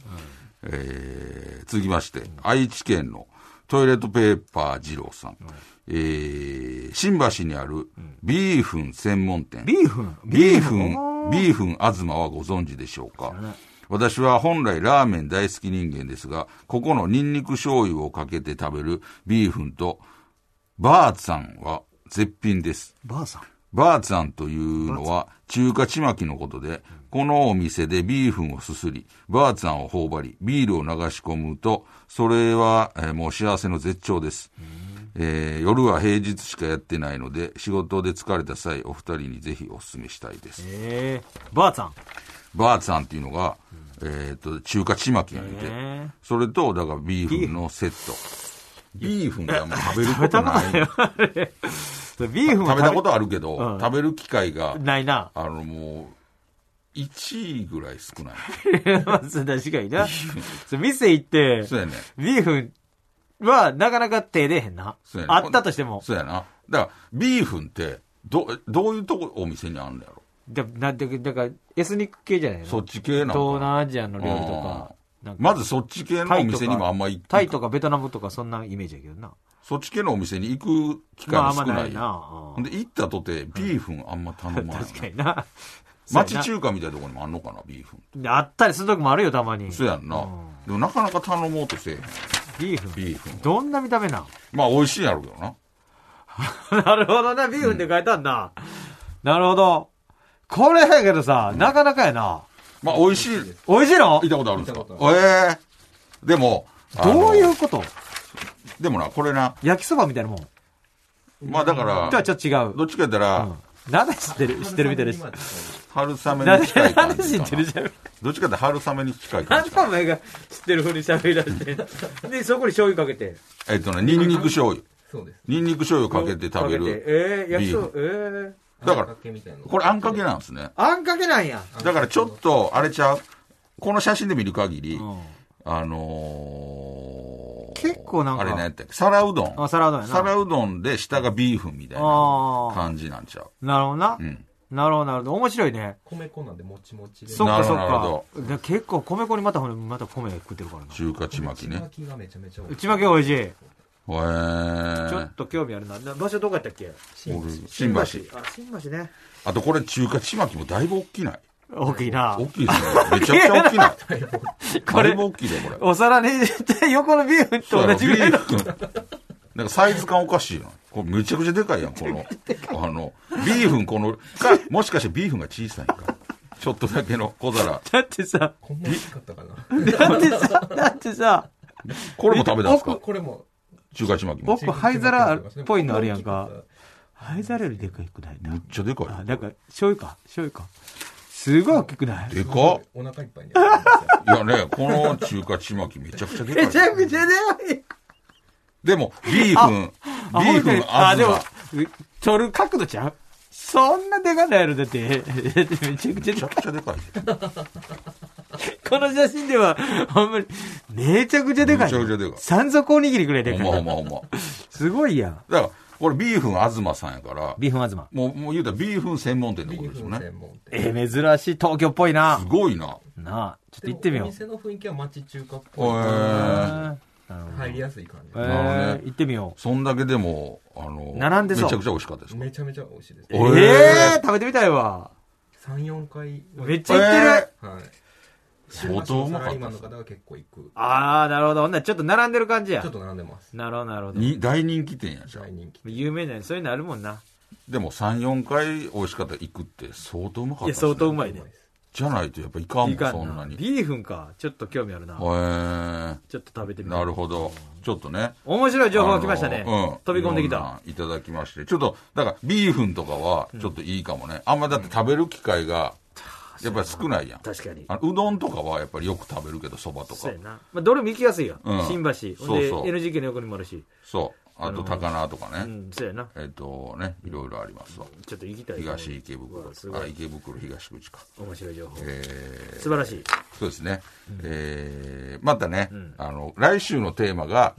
[SPEAKER 2] えー続きまして、愛知県のトイレットペーパー二郎さん。えー新橋にあるビーフン専門店。
[SPEAKER 5] ビーフン
[SPEAKER 2] ビーフン、ビーフン東はご存知でしょうか私は本来ラーメン大好き人間ですが、ここのニンニク醤油をかけて食べるビーフンと、バーツァンは絶品です。
[SPEAKER 5] ばあさん。
[SPEAKER 2] バーツァンというのは中華ちまきのことで、このお店でビーフンをすすり、バーツァンを頬張り、ビールを流し込むと、それは、えーもう幸せの絶頂です。えー夜は平日しかやってないので、仕事で疲れた際、お二人にぜひお勧めしたいです。
[SPEAKER 5] ええばあさん。
[SPEAKER 2] バーツァンっていうのが、えーっと、中華ちまきやねんて、
[SPEAKER 5] え
[SPEAKER 2] それと、だからビーフンのセット。ビーフンがもう食べる
[SPEAKER 5] え
[SPEAKER 2] こと ない。食べ
[SPEAKER 5] ービーフンは
[SPEAKER 2] たことあるけど、
[SPEAKER 5] うん
[SPEAKER 2] 食べる機会が、
[SPEAKER 5] ないな。
[SPEAKER 2] あのもう、1位ぐらい少ない。
[SPEAKER 5] まあそう確かにな。そう店行って、
[SPEAKER 2] そうやね。
[SPEAKER 5] ビーフンはなかなか手出へんな
[SPEAKER 2] そう。やね
[SPEAKER 5] あったとしても。
[SPEAKER 2] そうやな。だから、ビーフンって、ど、どういうとこお店にあんのやろ
[SPEAKER 5] だなんてだから、エスニック系じゃないの
[SPEAKER 2] そっ
[SPEAKER 5] 東
[SPEAKER 2] ち系なの
[SPEAKER 5] 南
[SPEAKER 2] かな
[SPEAKER 5] アジアの料理とか。なんか
[SPEAKER 2] まずそっち系のお店にもあんま行く。
[SPEAKER 5] タイとかベトナムとかそんなイメージやけどな。
[SPEAKER 2] そっち系のお店に行く機会
[SPEAKER 5] まああ
[SPEAKER 2] も
[SPEAKER 5] ん
[SPEAKER 2] 少
[SPEAKER 5] ま
[SPEAKER 2] な。
[SPEAKER 5] ないいな。うん
[SPEAKER 2] で、行ったとて、ビーフンあんま頼 まない。
[SPEAKER 5] 確かにな。
[SPEAKER 2] 町
[SPEAKER 5] そう
[SPEAKER 2] 中華みたいなとこにもあんのかな、ビーフン。
[SPEAKER 5] やなあったりする時もあるよ、たまに。
[SPEAKER 2] そうやんな。でもなかなか頼もうとせえへん、
[SPEAKER 5] ビーフン。
[SPEAKER 2] ビーフン。
[SPEAKER 5] どんな見た目なん
[SPEAKER 2] まあ、美味しいんやろうけどな。
[SPEAKER 5] なるほどな、ビーフンって書いたんだ。なるほど。これやけどさ、なかなかやな。
[SPEAKER 2] まあ、美味しい。
[SPEAKER 5] 美味しいの
[SPEAKER 2] 行ったことあるんですかええでも、あの
[SPEAKER 5] どういうこと
[SPEAKER 2] でもな、これな、
[SPEAKER 5] 焼きそばみたいなもん。と
[SPEAKER 2] まあだか
[SPEAKER 5] は
[SPEAKER 2] ら、
[SPEAKER 5] ちょっと違う。
[SPEAKER 2] どっちかやったら、
[SPEAKER 5] うん。なんで知ってる、知ってるみたいです。
[SPEAKER 2] 春雨
[SPEAKER 6] なん
[SPEAKER 2] に
[SPEAKER 6] で
[SPEAKER 2] 近い感
[SPEAKER 6] 話
[SPEAKER 2] じ
[SPEAKER 6] 知って
[SPEAKER 2] かな
[SPEAKER 6] るじゃん。
[SPEAKER 2] どっちかって春雨に近い
[SPEAKER 6] な
[SPEAKER 2] 感
[SPEAKER 6] ん
[SPEAKER 2] じ
[SPEAKER 6] でお
[SPEAKER 2] かな
[SPEAKER 6] 前が知ってるふうに喋り出して。で、そこに醤油かけて。
[SPEAKER 2] えっとねニンニク醤油
[SPEAKER 7] そうです。
[SPEAKER 2] ニンニク醤油かけて食べ
[SPEAKER 6] かけて
[SPEAKER 2] る
[SPEAKER 6] えー、焼きそ
[SPEAKER 2] ビー
[SPEAKER 6] う、え
[SPEAKER 2] だか
[SPEAKER 7] あん
[SPEAKER 2] ら
[SPEAKER 7] けみたいなの
[SPEAKER 2] これあんかけなんですね
[SPEAKER 6] ー。あんかけなんや。
[SPEAKER 2] だからちょっとあれちゃうこの写真で見る限りあのー
[SPEAKER 5] 結構なんか
[SPEAKER 2] あれ何やったっけ皿うどん
[SPEAKER 5] あ、サラダやな。
[SPEAKER 2] 皿うどんで下がビーフンみたいな
[SPEAKER 5] あ
[SPEAKER 2] 感じなんちゃう
[SPEAKER 5] あ。なるほどな
[SPEAKER 2] う。ん
[SPEAKER 5] なるほど、なるほど。面白いね。
[SPEAKER 7] 米粉なんでもちもちで。
[SPEAKER 5] そっかそっ
[SPEAKER 2] なる
[SPEAKER 5] か
[SPEAKER 2] ほ。
[SPEAKER 5] で結構、米粉にまた、ほらまた米食ってるからな。
[SPEAKER 2] 中華ちまき
[SPEAKER 7] ちま
[SPEAKER 2] ね
[SPEAKER 7] きがめちゃめちゃ多い。
[SPEAKER 5] 内巻き美味しい。
[SPEAKER 2] へえ
[SPEAKER 5] ちょっと興味あるな。な場所どこやったっけ
[SPEAKER 2] 新橋
[SPEAKER 5] あ、新橋ね。
[SPEAKER 2] あとこれ中華ちまきもだいぶ大きない
[SPEAKER 5] 大きいな
[SPEAKER 2] 大。きいですねめちゃくちゃ大きない
[SPEAKER 5] これ
[SPEAKER 2] だいぶ大きいでこれ
[SPEAKER 5] お皿に、横のビーフンと同じぐらいの。
[SPEAKER 2] そうやろビーフンなんかサイズ感おかしいな。これめちゃくちゃでかいやん、この。あの、ビーフンこの、か、もしかしてビーフンが小さいんか。ちょっとだけの小皿。
[SPEAKER 5] だってさ、
[SPEAKER 7] こんな美味しかったか
[SPEAKER 5] だ
[SPEAKER 7] な。
[SPEAKER 5] ってさ、だってさ、
[SPEAKER 2] これも食べたんですか
[SPEAKER 7] これも。
[SPEAKER 2] 中華ちまきも。
[SPEAKER 5] 奥灰皿っぽいのあるやんか。灰皿よりでかくない
[SPEAKER 2] む
[SPEAKER 5] な
[SPEAKER 2] っ。ちゃでかい。
[SPEAKER 5] あ、だから、醤油か、醤油か。すごい大きくない
[SPEAKER 2] で
[SPEAKER 7] で
[SPEAKER 2] かっ
[SPEAKER 7] お腹いっぱいになるんですよ。
[SPEAKER 2] いやね、この中華ちまきめちゃくちゃでかい。
[SPEAKER 5] くちゃでかい。
[SPEAKER 2] でも、ビーフン、
[SPEAKER 5] あ、
[SPEAKER 2] ビーフン、
[SPEAKER 5] あ、
[SPEAKER 2] あず
[SPEAKER 5] でも
[SPEAKER 2] ま。、
[SPEAKER 5] 取る角度ちゃうそんなでかないやろ、だって。だってめちゃくちゃ
[SPEAKER 2] め
[SPEAKER 5] で
[SPEAKER 2] ち
[SPEAKER 5] か
[SPEAKER 2] ゃ
[SPEAKER 5] い。
[SPEAKER 2] くちゃでかい。
[SPEAKER 5] この写真では、あんまり、めちゃくちゃでかい。
[SPEAKER 2] めちゃくちゃでかい
[SPEAKER 5] 山賊おにぎりぐらいでかい。
[SPEAKER 2] ほんまほんまほんま。
[SPEAKER 5] すごいやん。
[SPEAKER 2] だから、これビーフンあずまさんやから、
[SPEAKER 5] ビーフンあずま。
[SPEAKER 2] もう、もう言うたらビーフン専門店って
[SPEAKER 7] ビ
[SPEAKER 2] こと
[SPEAKER 7] ー
[SPEAKER 2] です
[SPEAKER 7] フ
[SPEAKER 2] よ
[SPEAKER 7] ン
[SPEAKER 2] ね。
[SPEAKER 7] 専門店。
[SPEAKER 5] えー、珍しい東京っぽいな
[SPEAKER 2] す。ごいな。
[SPEAKER 5] なあ、ちょっと行ってみよ
[SPEAKER 7] お
[SPEAKER 5] う。
[SPEAKER 7] 店の雰囲気は町中華っ
[SPEAKER 2] へ
[SPEAKER 7] ぽい。
[SPEAKER 2] ー。
[SPEAKER 5] なるほど
[SPEAKER 7] 入りやすい感じ
[SPEAKER 5] え
[SPEAKER 7] で
[SPEAKER 2] なるほどね
[SPEAKER 5] ー、行ってみよ
[SPEAKER 2] そんだけでも、あの、
[SPEAKER 5] 並んでそう
[SPEAKER 2] めちゃくちゃ美味しかったです
[SPEAKER 7] す。
[SPEAKER 2] か
[SPEAKER 7] めちゃめちゃ美味しいです
[SPEAKER 5] う。。
[SPEAKER 2] おえー
[SPEAKER 5] えー、食べてみたいわ。
[SPEAKER 7] 3、4回は。
[SPEAKER 5] めっちゃ行ってる。
[SPEAKER 7] はい。
[SPEAKER 2] 相当うまかったです
[SPEAKER 7] 週末のサラリーマンの方は結構行く。
[SPEAKER 5] あー、なるほど。ほんならちょっと並んでる感じや
[SPEAKER 7] ちょっ。と並んでます。
[SPEAKER 5] なるほど、なるほど。
[SPEAKER 2] に大人気店やじゃん
[SPEAKER 7] 大人気。
[SPEAKER 5] 有名なそういうのあるもんな。
[SPEAKER 2] でも34回美味しかったら行くって相当うまかった
[SPEAKER 5] い
[SPEAKER 2] で
[SPEAKER 5] や、
[SPEAKER 2] すね、
[SPEAKER 5] 相当うまいね。
[SPEAKER 2] じゃないとやっぱいかんも
[SPEAKER 5] い
[SPEAKER 2] ん
[SPEAKER 5] か
[SPEAKER 2] そん
[SPEAKER 5] ん
[SPEAKER 2] な
[SPEAKER 5] な。
[SPEAKER 2] にへ
[SPEAKER 5] ビーフンか。ちょっと興味あるな。ちょっ
[SPEAKER 2] え
[SPEAKER 5] と食べてみ
[SPEAKER 2] な
[SPEAKER 5] る。
[SPEAKER 2] るほどちょっとね
[SPEAKER 5] 面白い情報が来ましたね
[SPEAKER 2] あのうん。
[SPEAKER 5] 飛び込んでき
[SPEAKER 2] いろ
[SPEAKER 5] た。
[SPEAKER 2] ないただきましてちょっとだからビーフンとかはちょっといいかもね、あんまだって食べる機会がやっぱり少ないやん
[SPEAKER 5] 確かに。
[SPEAKER 2] あのうどんとかはやっぱりよく食べるけどそばと
[SPEAKER 5] そ
[SPEAKER 2] か
[SPEAKER 5] うやな。まあ、どれも行きやすいやん
[SPEAKER 2] うん。
[SPEAKER 5] 新橋。ほん
[SPEAKER 2] そう
[SPEAKER 5] で、
[SPEAKER 2] そう
[SPEAKER 5] NGK の横にもあるし。
[SPEAKER 2] そうあと高菜とか
[SPEAKER 5] う
[SPEAKER 2] ね、
[SPEAKER 5] ん、そうやな。
[SPEAKER 2] えっ、とねいろいろありますわ
[SPEAKER 5] ちょっと行きたい。
[SPEAKER 2] 東池袋
[SPEAKER 5] うわすご
[SPEAKER 2] あ
[SPEAKER 5] い。
[SPEAKER 2] 池袋東口か
[SPEAKER 5] 面白い情報。
[SPEAKER 2] えー
[SPEAKER 5] 素晴らしい。
[SPEAKER 2] そうですね、えーまたね、
[SPEAKER 5] ん
[SPEAKER 2] あの来週のテーマが、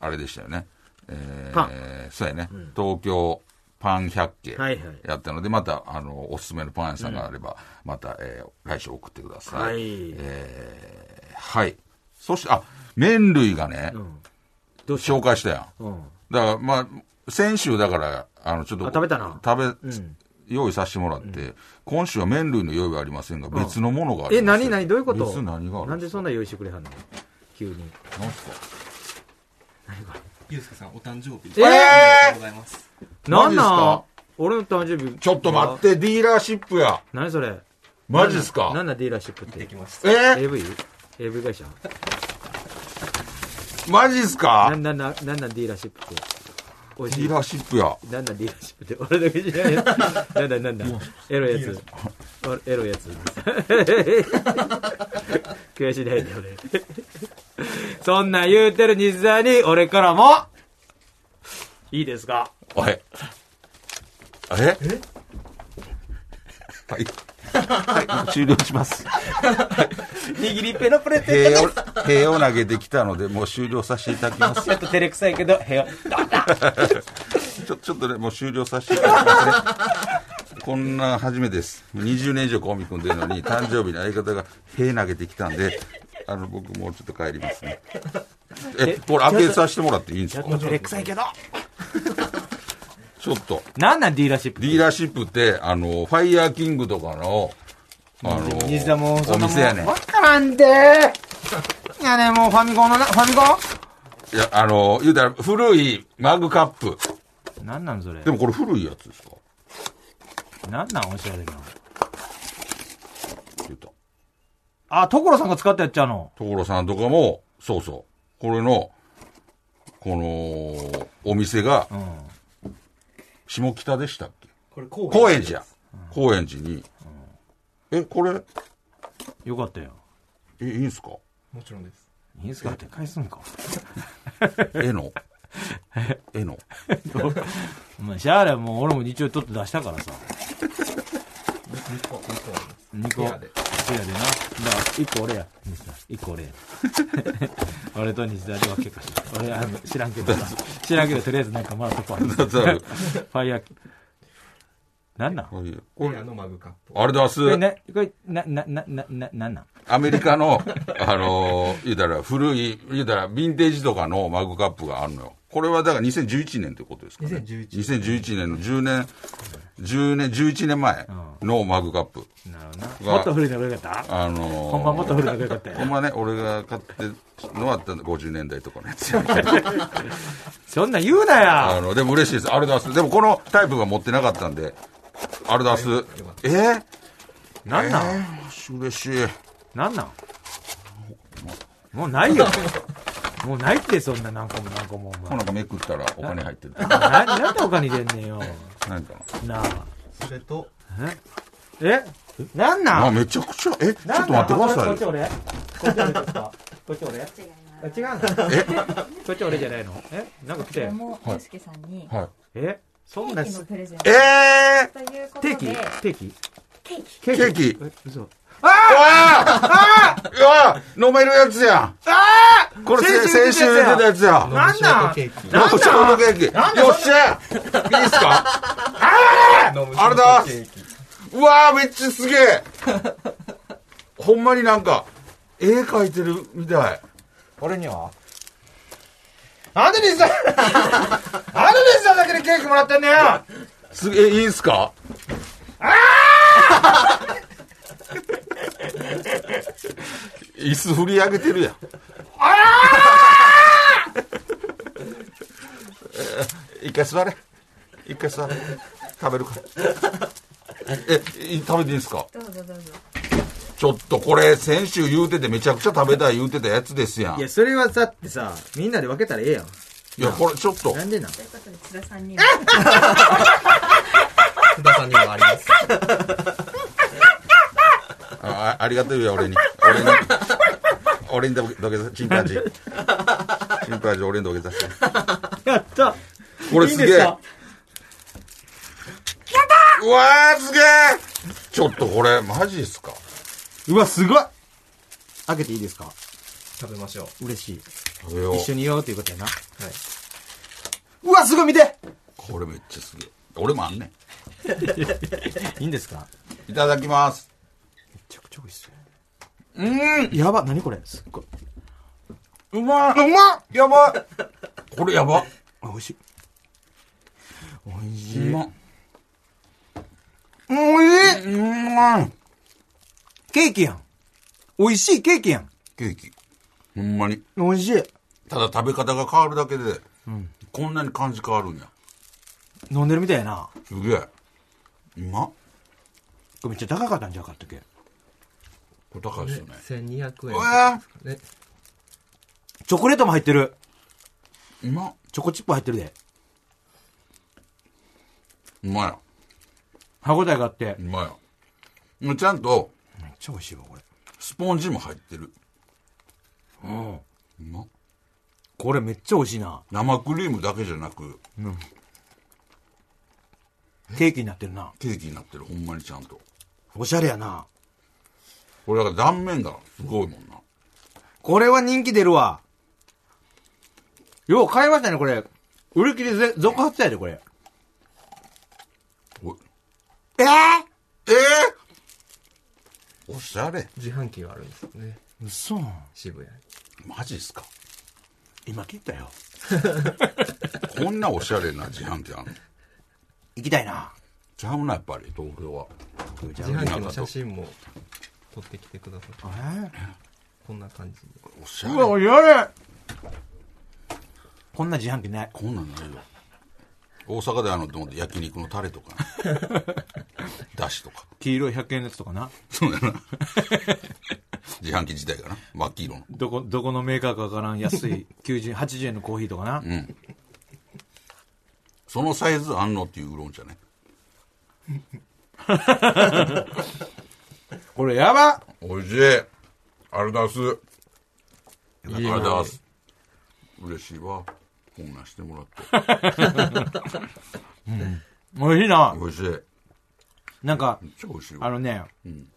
[SPEAKER 2] あれでしたよね、えー
[SPEAKER 5] パ
[SPEAKER 2] そうやね、東京パン百景
[SPEAKER 5] はいはい
[SPEAKER 2] やったのでまたあのおすすめのパン屋さんがあれば、また、えー来週送ってください
[SPEAKER 5] はい
[SPEAKER 2] えーはいそしてあ麺類がね、
[SPEAKER 5] うん。どうしよ
[SPEAKER 2] 紹介したやん
[SPEAKER 5] う。うん。
[SPEAKER 2] だからまあ先週だからあのちょっと
[SPEAKER 5] あ食べたな
[SPEAKER 2] 食べ、
[SPEAKER 5] うん
[SPEAKER 2] 用意させてもらって、今週は麺類の用意はありませんが、別のものがあり
[SPEAKER 5] え、
[SPEAKER 2] ます
[SPEAKER 5] 何何どういうこと
[SPEAKER 2] 別何がある
[SPEAKER 5] なんでそんな用意してくれはんの急に。
[SPEAKER 2] なんすか
[SPEAKER 7] ゆうすけさん、お誕生日。
[SPEAKER 5] えー
[SPEAKER 7] おめでとうございます。
[SPEAKER 5] な
[SPEAKER 2] マ
[SPEAKER 5] ん
[SPEAKER 2] ジっす
[SPEAKER 5] なん
[SPEAKER 2] か
[SPEAKER 5] 俺の誕生日。
[SPEAKER 2] ちょっと待って、ディーラーシップや。
[SPEAKER 5] 何それ
[SPEAKER 2] マジっすか
[SPEAKER 5] なんなんディーラーシップっ
[SPEAKER 7] 行って
[SPEAKER 5] て
[SPEAKER 7] き。ました。
[SPEAKER 2] え
[SPEAKER 5] AV?AV 会社
[SPEAKER 2] マジっす
[SPEAKER 5] な
[SPEAKER 2] か
[SPEAKER 5] んなんな、なんなんディーラーシップって。美
[SPEAKER 2] ディ
[SPEAKER 5] 味しい
[SPEAKER 2] ー。ラーシップや。
[SPEAKER 5] なんなんディーラーシップって。俺だけじゃないやつ。なんだなんだ。エロいやつ。おエロいやつ。 悔しないで俺。そんなん言うてる西沢に俺からも、いいですか
[SPEAKER 2] おい。ええはい。はい、終了し ます。
[SPEAKER 5] 握りっぺのプレゼン
[SPEAKER 2] 平を、平を投げてきたので、もう終了させていただきます。
[SPEAKER 5] ちょっと照れくさいけど、部屋。
[SPEAKER 2] ちょ、ちょっとね、もう終了させていただきますね。こんな初めてです。20年以上コンビ組んでるのに、誕生日の相方が平投げてきたんで、あの、僕もうちょっと帰りますね。え、これ開けさせてもらっていいんです
[SPEAKER 5] ちょっ
[SPEAKER 2] か
[SPEAKER 5] と照れくさいけど。
[SPEAKER 2] ちょっと。
[SPEAKER 5] なんなんディーラーシップ
[SPEAKER 2] ディーラーシップって、あの、ファイヤーキングとかの、あの、
[SPEAKER 5] 西田もそ
[SPEAKER 2] お
[SPEAKER 5] んなもん
[SPEAKER 2] 店やねん。
[SPEAKER 5] わからんでいやね、もうファミコンのな、ファミコ
[SPEAKER 2] いや、あの、言うたら古いマグカップ。
[SPEAKER 5] ンなんなんそれ
[SPEAKER 2] でもこれ古いやつですか
[SPEAKER 5] なんなんおしゃれな。
[SPEAKER 2] 言った。
[SPEAKER 5] あ、所さんが使ったやっちゃうの。
[SPEAKER 2] 所さんとかも、そうそう。これの、この、お店が、
[SPEAKER 5] うん。
[SPEAKER 2] 下北でしたっけ
[SPEAKER 7] これ、高
[SPEAKER 2] 高円寺や。高円寺に、え、これ、
[SPEAKER 5] よかったよ。
[SPEAKER 2] え、いいん すか
[SPEAKER 7] もちろんです。
[SPEAKER 5] いいですかって返すんか。
[SPEAKER 2] 絵 の。絵の。
[SPEAKER 5] お前、シャーレもう俺も日曜ちょっと出したからさ。
[SPEAKER 7] 二個、二個ありま
[SPEAKER 5] 2
[SPEAKER 7] す。
[SPEAKER 5] 個。
[SPEAKER 7] ペアで
[SPEAKER 5] ペアでな。だから、1個俺や。西田。1個俺や。 俺と西田で分けかした。俺、あの、知らんけどさ。知らんけど、とりあえずなんかもらっとこう。フ
[SPEAKER 2] だってある
[SPEAKER 5] ァイヤー。なんなんこ
[SPEAKER 2] こういう
[SPEAKER 7] これあのマグカップ。
[SPEAKER 2] あれだす。
[SPEAKER 5] れね、これ、な、な、な、な、な、なんなん
[SPEAKER 2] アメリカの、 あのー言うたら古い、言うたらヴィンテージとかのマグカップがあるのよ。これはだから2011年ということですかね。
[SPEAKER 7] 2011
[SPEAKER 2] 2011年の10年、10年、11年前のマグカップ。
[SPEAKER 5] なるほど
[SPEAKER 2] う
[SPEAKER 5] な。
[SPEAKER 2] わ
[SPEAKER 5] もっと古いのがよかった
[SPEAKER 2] あのー
[SPEAKER 5] 本番もっと古いのがよかったよ
[SPEAKER 2] ほん。まね、俺が買ってのは50年代とかのやつやけど
[SPEAKER 5] そんなん言うな
[SPEAKER 2] あ
[SPEAKER 5] や
[SPEAKER 2] の、でも嬉しいです。あれ出す。でもこのタイプが持ってなかったんで、あれ出す。えー、
[SPEAKER 5] なんなん
[SPEAKER 2] えー嬉しい。
[SPEAKER 5] なんなんもうないよ。もうないって、そんな、なんかも、なんかもう、
[SPEAKER 2] ほ
[SPEAKER 5] お
[SPEAKER 2] な
[SPEAKER 5] 前。
[SPEAKER 2] んかめくったらお金入ってる。
[SPEAKER 5] な、なんで他に出んねんよ。
[SPEAKER 2] 何か
[SPEAKER 5] なあ。
[SPEAKER 7] それと、
[SPEAKER 5] えなん
[SPEAKER 2] な。
[SPEAKER 5] な
[SPEAKER 2] あ、
[SPEAKER 5] ん
[SPEAKER 2] めちゃくちゃ、え、ちょ
[SPEAKER 5] な
[SPEAKER 2] っ
[SPEAKER 5] ん
[SPEAKER 2] と待
[SPEAKER 5] な
[SPEAKER 2] って
[SPEAKER 5] ん
[SPEAKER 2] くだ
[SPEAKER 5] あこ
[SPEAKER 2] さいよ。
[SPEAKER 5] っち俺こっち俺ですかこっち俺あ違うな。こっち俺じゃないのえなんか来て。
[SPEAKER 1] も
[SPEAKER 2] い
[SPEAKER 1] ゆうすけさんに
[SPEAKER 2] はい。
[SPEAKER 5] えそ
[SPEAKER 1] ケ
[SPEAKER 5] んな
[SPEAKER 1] ーキの
[SPEAKER 5] す、
[SPEAKER 1] プレゼント
[SPEAKER 2] え
[SPEAKER 1] ということ
[SPEAKER 5] ケ
[SPEAKER 1] で
[SPEAKER 5] ーキケーキ
[SPEAKER 1] ケーキ
[SPEAKER 2] ー、ケーキ。
[SPEAKER 5] え嘘。
[SPEAKER 2] ああああ飲めるやつやん。ああこれ先週
[SPEAKER 5] 先
[SPEAKER 2] 出
[SPEAKER 5] 週出
[SPEAKER 2] て
[SPEAKER 5] て
[SPEAKER 2] た
[SPEAKER 5] た
[SPEAKER 2] やつやん。
[SPEAKER 5] なん
[SPEAKER 7] ショー
[SPEAKER 5] な
[SPEAKER 7] ト
[SPEAKER 5] ん
[SPEAKER 7] ケーキ。
[SPEAKER 5] なん
[SPEAKER 2] ショートケーキ。よっしゃいいっすか
[SPEAKER 7] 飲むショート
[SPEAKER 2] あれだ
[SPEAKER 7] ケーキ
[SPEAKER 2] うわーめっちゃすげ えほんまになんか、絵描いてるみたい。
[SPEAKER 5] 俺にはなん で西田なんで西田だけでケーキもらってんねよ
[SPEAKER 2] すえ、いいんすか椅子振り上げてるやん。えー一回座れ。一回座れ。食べるから。え、い食べていいんすか
[SPEAKER 1] どうぞどうぞ
[SPEAKER 2] ちょっとこれ、先週言うててめちゃくちゃ食べたい言うてたやつですやん。
[SPEAKER 3] い
[SPEAKER 2] い
[SPEAKER 3] や、それはだってさ、みんなで分けたらええやん。
[SPEAKER 2] や、これちょっと。
[SPEAKER 3] なんでなん
[SPEAKER 1] ということで津田さんに
[SPEAKER 7] 津田さんにはあります。
[SPEAKER 2] ああありがとうよ、俺に。俺に。俺にどけ土下座、チンパンジー。チンパンジー、俺に土下座して。
[SPEAKER 5] やった
[SPEAKER 2] これすげえ。
[SPEAKER 5] いいんです
[SPEAKER 2] や
[SPEAKER 5] か
[SPEAKER 2] ったうわー、すげえちょっとこれ、マジっすか
[SPEAKER 3] うわ、すごい開けていいですか
[SPEAKER 7] 食べましょう。
[SPEAKER 3] 嬉しい。
[SPEAKER 2] 食べよう
[SPEAKER 3] 一緒にようということやな。
[SPEAKER 7] はい。
[SPEAKER 3] うわ、すごい見て
[SPEAKER 2] これめっちゃすげえ。俺もあんね
[SPEAKER 5] いいんですか
[SPEAKER 2] ん。いただきます。
[SPEAKER 3] めちゃくちゃ美味しい。うーんやば、なにこれすっごい。うまうま
[SPEAKER 2] やばいこれやば
[SPEAKER 3] あ、美味しい。美味し
[SPEAKER 2] う
[SPEAKER 3] い。
[SPEAKER 2] まっ
[SPEAKER 3] おいしい
[SPEAKER 2] うんまい
[SPEAKER 3] ケーキやん。美味しいケーキやん。
[SPEAKER 2] ケーキ。ほんまに。
[SPEAKER 3] 美味しい。
[SPEAKER 2] ただ食べ方が変わるだけで、こんなに感じ変わるんや。
[SPEAKER 3] 飲んでるみたいやな。
[SPEAKER 2] すげえ。うまっ
[SPEAKER 3] これめっちゃ高かったんじゃなかったっけ
[SPEAKER 2] これ高いですよね。
[SPEAKER 7] 1200
[SPEAKER 2] うわ
[SPEAKER 7] 円。ね、
[SPEAKER 3] チョコレートも入ってる。
[SPEAKER 2] うまっ
[SPEAKER 3] チョコチップ入ってるで。
[SPEAKER 2] うまいな。
[SPEAKER 3] 歯応えがあって
[SPEAKER 2] う。まいなちゃんと、
[SPEAKER 3] めっちゃ美味しいわ、これ。
[SPEAKER 2] スポンジも入ってる。うん。うまっ
[SPEAKER 3] これめっちゃ美味しいな。
[SPEAKER 2] 生クリームだけじゃなく、
[SPEAKER 3] ケーキになってるな。
[SPEAKER 2] ケーキになってる、ほんまにちゃんと。
[SPEAKER 3] おしゃれやな。
[SPEAKER 2] これだから断面がすごいもんな。
[SPEAKER 3] これは人気出るわ。よう買いましたね、これ。売り切れぜ続発やで、これ。
[SPEAKER 2] おえ
[SPEAKER 3] えぇ、
[SPEAKER 2] えおしゃれ。
[SPEAKER 7] 自販機があるんですよね。
[SPEAKER 3] ー、嘘
[SPEAKER 7] 渋谷に。
[SPEAKER 2] マジっすか。
[SPEAKER 3] 今切ったよ。
[SPEAKER 2] こんなおしゃれな自販機あんの
[SPEAKER 3] 行きたいな。
[SPEAKER 2] ちゃうな、やっぱり、東京は。
[SPEAKER 3] じゃ
[SPEAKER 7] 自販機の写真も撮ってきてください。
[SPEAKER 3] あ
[SPEAKER 7] こんな感じで。
[SPEAKER 2] おしゃ
[SPEAKER 3] えー、うわ、
[SPEAKER 2] れ。
[SPEAKER 3] おしゃれこんな自販機ない。
[SPEAKER 2] こんなんないよ。大阪であの、と思って焼肉のタレと か、だしとか。
[SPEAKER 5] 黄色い100円のやつとかな
[SPEAKER 2] そうやな。自販機自体かな。真っ黄色の。
[SPEAKER 5] どこ、どこのメーカーかわからん安 い90、80円のコーヒーとかな。
[SPEAKER 2] そのサイズあんのっていうウーロン茶ね。
[SPEAKER 5] これやば
[SPEAKER 2] おいしい。ありがとうございます。
[SPEAKER 5] い
[SPEAKER 2] ありがとうござい
[SPEAKER 5] な
[SPEAKER 2] ます。嬉しいわ。こんなんしてもらって。
[SPEAKER 5] 美味しいな。
[SPEAKER 2] おいしい。めっ
[SPEAKER 5] なんか、
[SPEAKER 2] ちゃおいしいわ。
[SPEAKER 5] あのね、
[SPEAKER 2] うん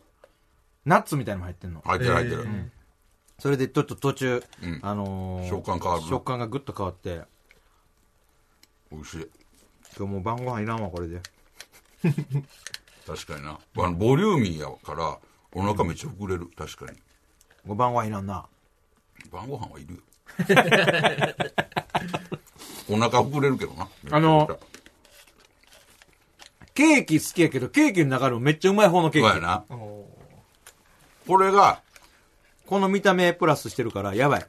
[SPEAKER 5] ナッツみたいのも入ってんの。
[SPEAKER 2] 入ってる入ってる。
[SPEAKER 5] それでちょっと途中、
[SPEAKER 2] うん
[SPEAKER 5] あのー
[SPEAKER 2] 食感変わる
[SPEAKER 5] 食感がぐっと変わって、
[SPEAKER 2] おいしい。
[SPEAKER 5] 今日もう晩ご飯いらんわ、これで。
[SPEAKER 2] 確かにな。あのボリューミーやから、お腹めっちゃ膨れる。確かに。
[SPEAKER 5] ご晩ご飯いらんな。
[SPEAKER 2] 晩ご飯はい るよ。お腹膨れるけどな。
[SPEAKER 5] あのケーキ好きやけど、ケーキの中でもめっちゃうまい方のケ
[SPEAKER 2] めちゃくちゃ、そう
[SPEAKER 5] ー
[SPEAKER 2] やな。
[SPEAKER 5] キ。
[SPEAKER 7] おー
[SPEAKER 2] これが、
[SPEAKER 5] この見た目プラスしてるから、やばい。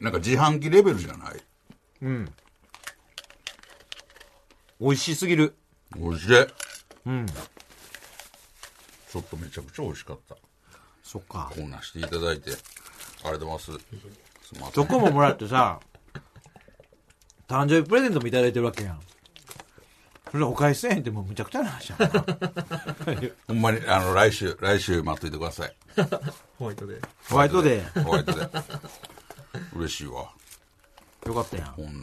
[SPEAKER 2] なんか自販機レベルじゃない。
[SPEAKER 5] うん。美味しすぎる。
[SPEAKER 2] おいしい。ち
[SPEAKER 5] うん。
[SPEAKER 2] ょっとめちゃくちゃ美味しかった。
[SPEAKER 5] そっか。
[SPEAKER 2] こんなんしていただいて、ありがとうございます。すいませ
[SPEAKER 5] チ
[SPEAKER 2] ん
[SPEAKER 5] ョコももらってさ、誕生日プレゼントもいただいてるわけやん。それお返しせえへんってもうむちゃくちゃな話やん な。
[SPEAKER 2] ほんまに、あの、来週、来週待っといてください。
[SPEAKER 7] ホワイトで。
[SPEAKER 5] ホワイトデー。
[SPEAKER 2] ホワイト で。嬉しいわ。
[SPEAKER 5] よかったやん。
[SPEAKER 2] こんなん。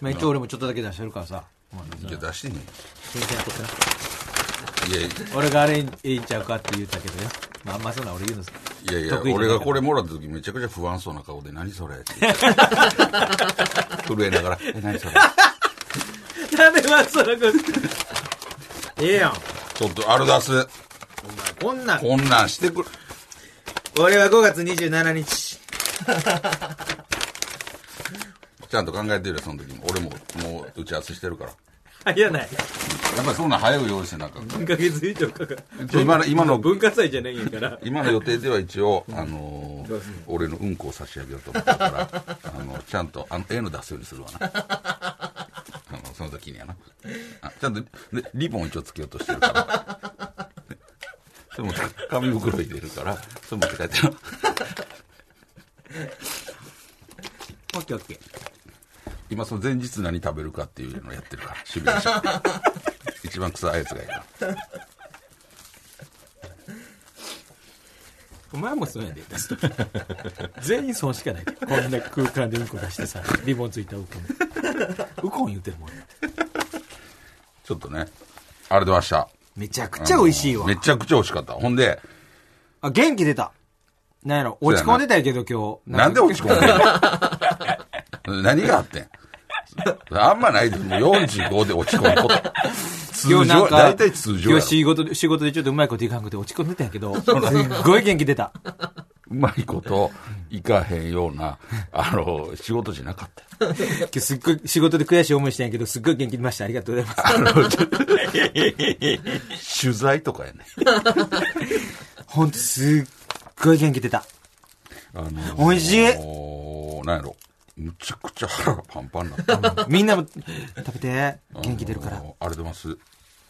[SPEAKER 5] まあ、一応俺もちょっとだけ出してるからさ。
[SPEAKER 2] いや、出してね
[SPEAKER 5] 全然取ってな。
[SPEAKER 2] い
[SPEAKER 5] 俺があれいいんちゃうかって言ったけどね。まあ、あんまそんな俺言うのさ。
[SPEAKER 2] や、いや
[SPEAKER 5] 得
[SPEAKER 2] いや、
[SPEAKER 5] 意じゃない
[SPEAKER 2] 俺がこれもらった時めちゃくちゃ不安そうな顔で、何それっ て言って震えながら、え、何それ
[SPEAKER 5] やめまそのこと。ええやん。
[SPEAKER 2] ちょっと、アルダス、
[SPEAKER 5] こんなん。
[SPEAKER 2] こんなんしてくる。
[SPEAKER 5] 俺は5月27日。
[SPEAKER 2] ちゃんと考えてるよ、その時も。俺も、もう、打ち合わせしてるから。
[SPEAKER 5] 早ない。
[SPEAKER 2] やっぱりそんなん早い用意してなんかん。
[SPEAKER 5] 1ヶ月以上かかる。
[SPEAKER 2] 今の、今の、
[SPEAKER 5] 文化祭じゃないんやから。
[SPEAKER 2] 今の予定では一応、あのー俺のうんこを差し上げようと思ったから、 あのちゃんとあの絵の出すようにするわな。 あのその時にやな。あちゃんとリリボン一応つけようとしてるから。 それも紙袋入れるから、それ持って帰ってな。
[SPEAKER 5] オッケーオッケー。
[SPEAKER 2] 今その前日何食べるかっていうのをやってるから、シミュレーション。 一番臭いやつがいいから。
[SPEAKER 5] お前もそうやで、出すとき 全員損しかないで。こんな空間でうんこ出してさ、リボンついたウコン。ウコン言うてるもん。
[SPEAKER 2] ちょっとね、ありがとうございました。
[SPEAKER 5] めちゃくちゃ美味しいわ
[SPEAKER 2] め。ちゃくちゃ美味しかった。ほんで、
[SPEAKER 5] あ、元気出た。なんやろ、落ち込んでたんやけど今日。
[SPEAKER 2] なんで落ち込んでんの 何があってんあんまないです。もう45で落ち込むこと。通
[SPEAKER 5] 今
[SPEAKER 2] 常
[SPEAKER 5] 日なん、か、
[SPEAKER 2] 大体通常や
[SPEAKER 5] 今
[SPEAKER 2] ろ
[SPEAKER 5] 日。仕事で、仕事でちょっとうまいこといかんくて落ち込んでたんや けど、すっごい元気出た。
[SPEAKER 2] うまいこといかへんような、あの、仕事じゃなかった。
[SPEAKER 5] 今日すっごい仕事で悔しい思いしたんやけど、すっごい元気出ました。ありがとうございます。
[SPEAKER 2] あの、 取材とかやね。
[SPEAKER 5] ほんとすっごい元気出た。
[SPEAKER 2] あの、
[SPEAKER 5] 美味しい
[SPEAKER 2] もうなんやろ。むちゃくちゃ腹がパンパンになった。
[SPEAKER 5] みんなも食べて、 元気出るから
[SPEAKER 2] あ。のありがとうございます。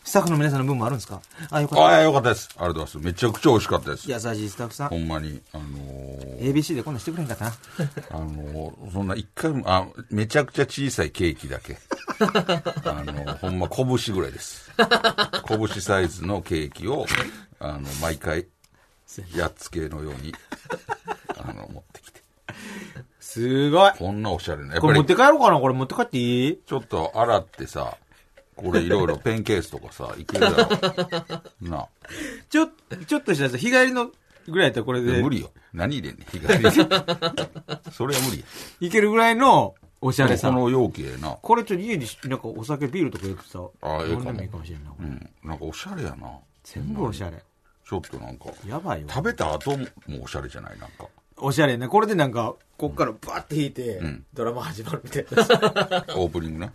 [SPEAKER 5] スタッフの皆さんの分もあるんですかあ、よかっ
[SPEAKER 2] ああ、よかったです。ありがとうございます。めちゃくちゃ美味しかったです。
[SPEAKER 5] た。優しいスタッフさん
[SPEAKER 2] ほ。んまに、あのー
[SPEAKER 5] ABC でこんなんしてくれへんかったな。
[SPEAKER 2] あの、そんな一回も、あ、めちゃくちゃ小さいケーキだけ。 あの、ほんま拳ぐらいです。拳サイズのケーキを、あの、毎回、やっつけのように、あの、持ってきて。
[SPEAKER 5] すごい。
[SPEAKER 2] こんなおしゃれな。やっ
[SPEAKER 5] こ
[SPEAKER 2] ぱ
[SPEAKER 5] れ持っ
[SPEAKER 2] り
[SPEAKER 5] て、帰ろうかなこれ持って帰っていい
[SPEAKER 2] ちょっと洗ってさ、これいろいろペンケースとかさ、いけるだろう。なあ
[SPEAKER 5] ちょ、ちょっとしたやつ、日帰りのぐらいやったらこれ
[SPEAKER 2] いや
[SPEAKER 5] で
[SPEAKER 2] 無、理よ。何入れんねん、日帰りに。それは 無理や。
[SPEAKER 5] いけるぐらいのおしゃれ
[SPEAKER 2] こ
[SPEAKER 5] さ。
[SPEAKER 2] の容器ええな。
[SPEAKER 5] これちょっと家にし、なんかお酒、ビールとか入れてさ、
[SPEAKER 2] あええ
[SPEAKER 5] 飲
[SPEAKER 2] か
[SPEAKER 5] ん
[SPEAKER 2] も
[SPEAKER 5] でもいいかもしれんな、こ
[SPEAKER 2] う
[SPEAKER 5] れ。
[SPEAKER 2] ん。なんかおしゃれやな。
[SPEAKER 5] 全部おしゃれ。
[SPEAKER 2] ちょっとなんか。
[SPEAKER 5] やばいよ。
[SPEAKER 2] 食べた後もおしゃれじゃないなんか
[SPEAKER 5] おしゃれね。これでなんか、こっからバーって引いて、
[SPEAKER 2] ん
[SPEAKER 5] ドラマ始まるみたい
[SPEAKER 2] オ
[SPEAKER 5] な。
[SPEAKER 2] ープニングね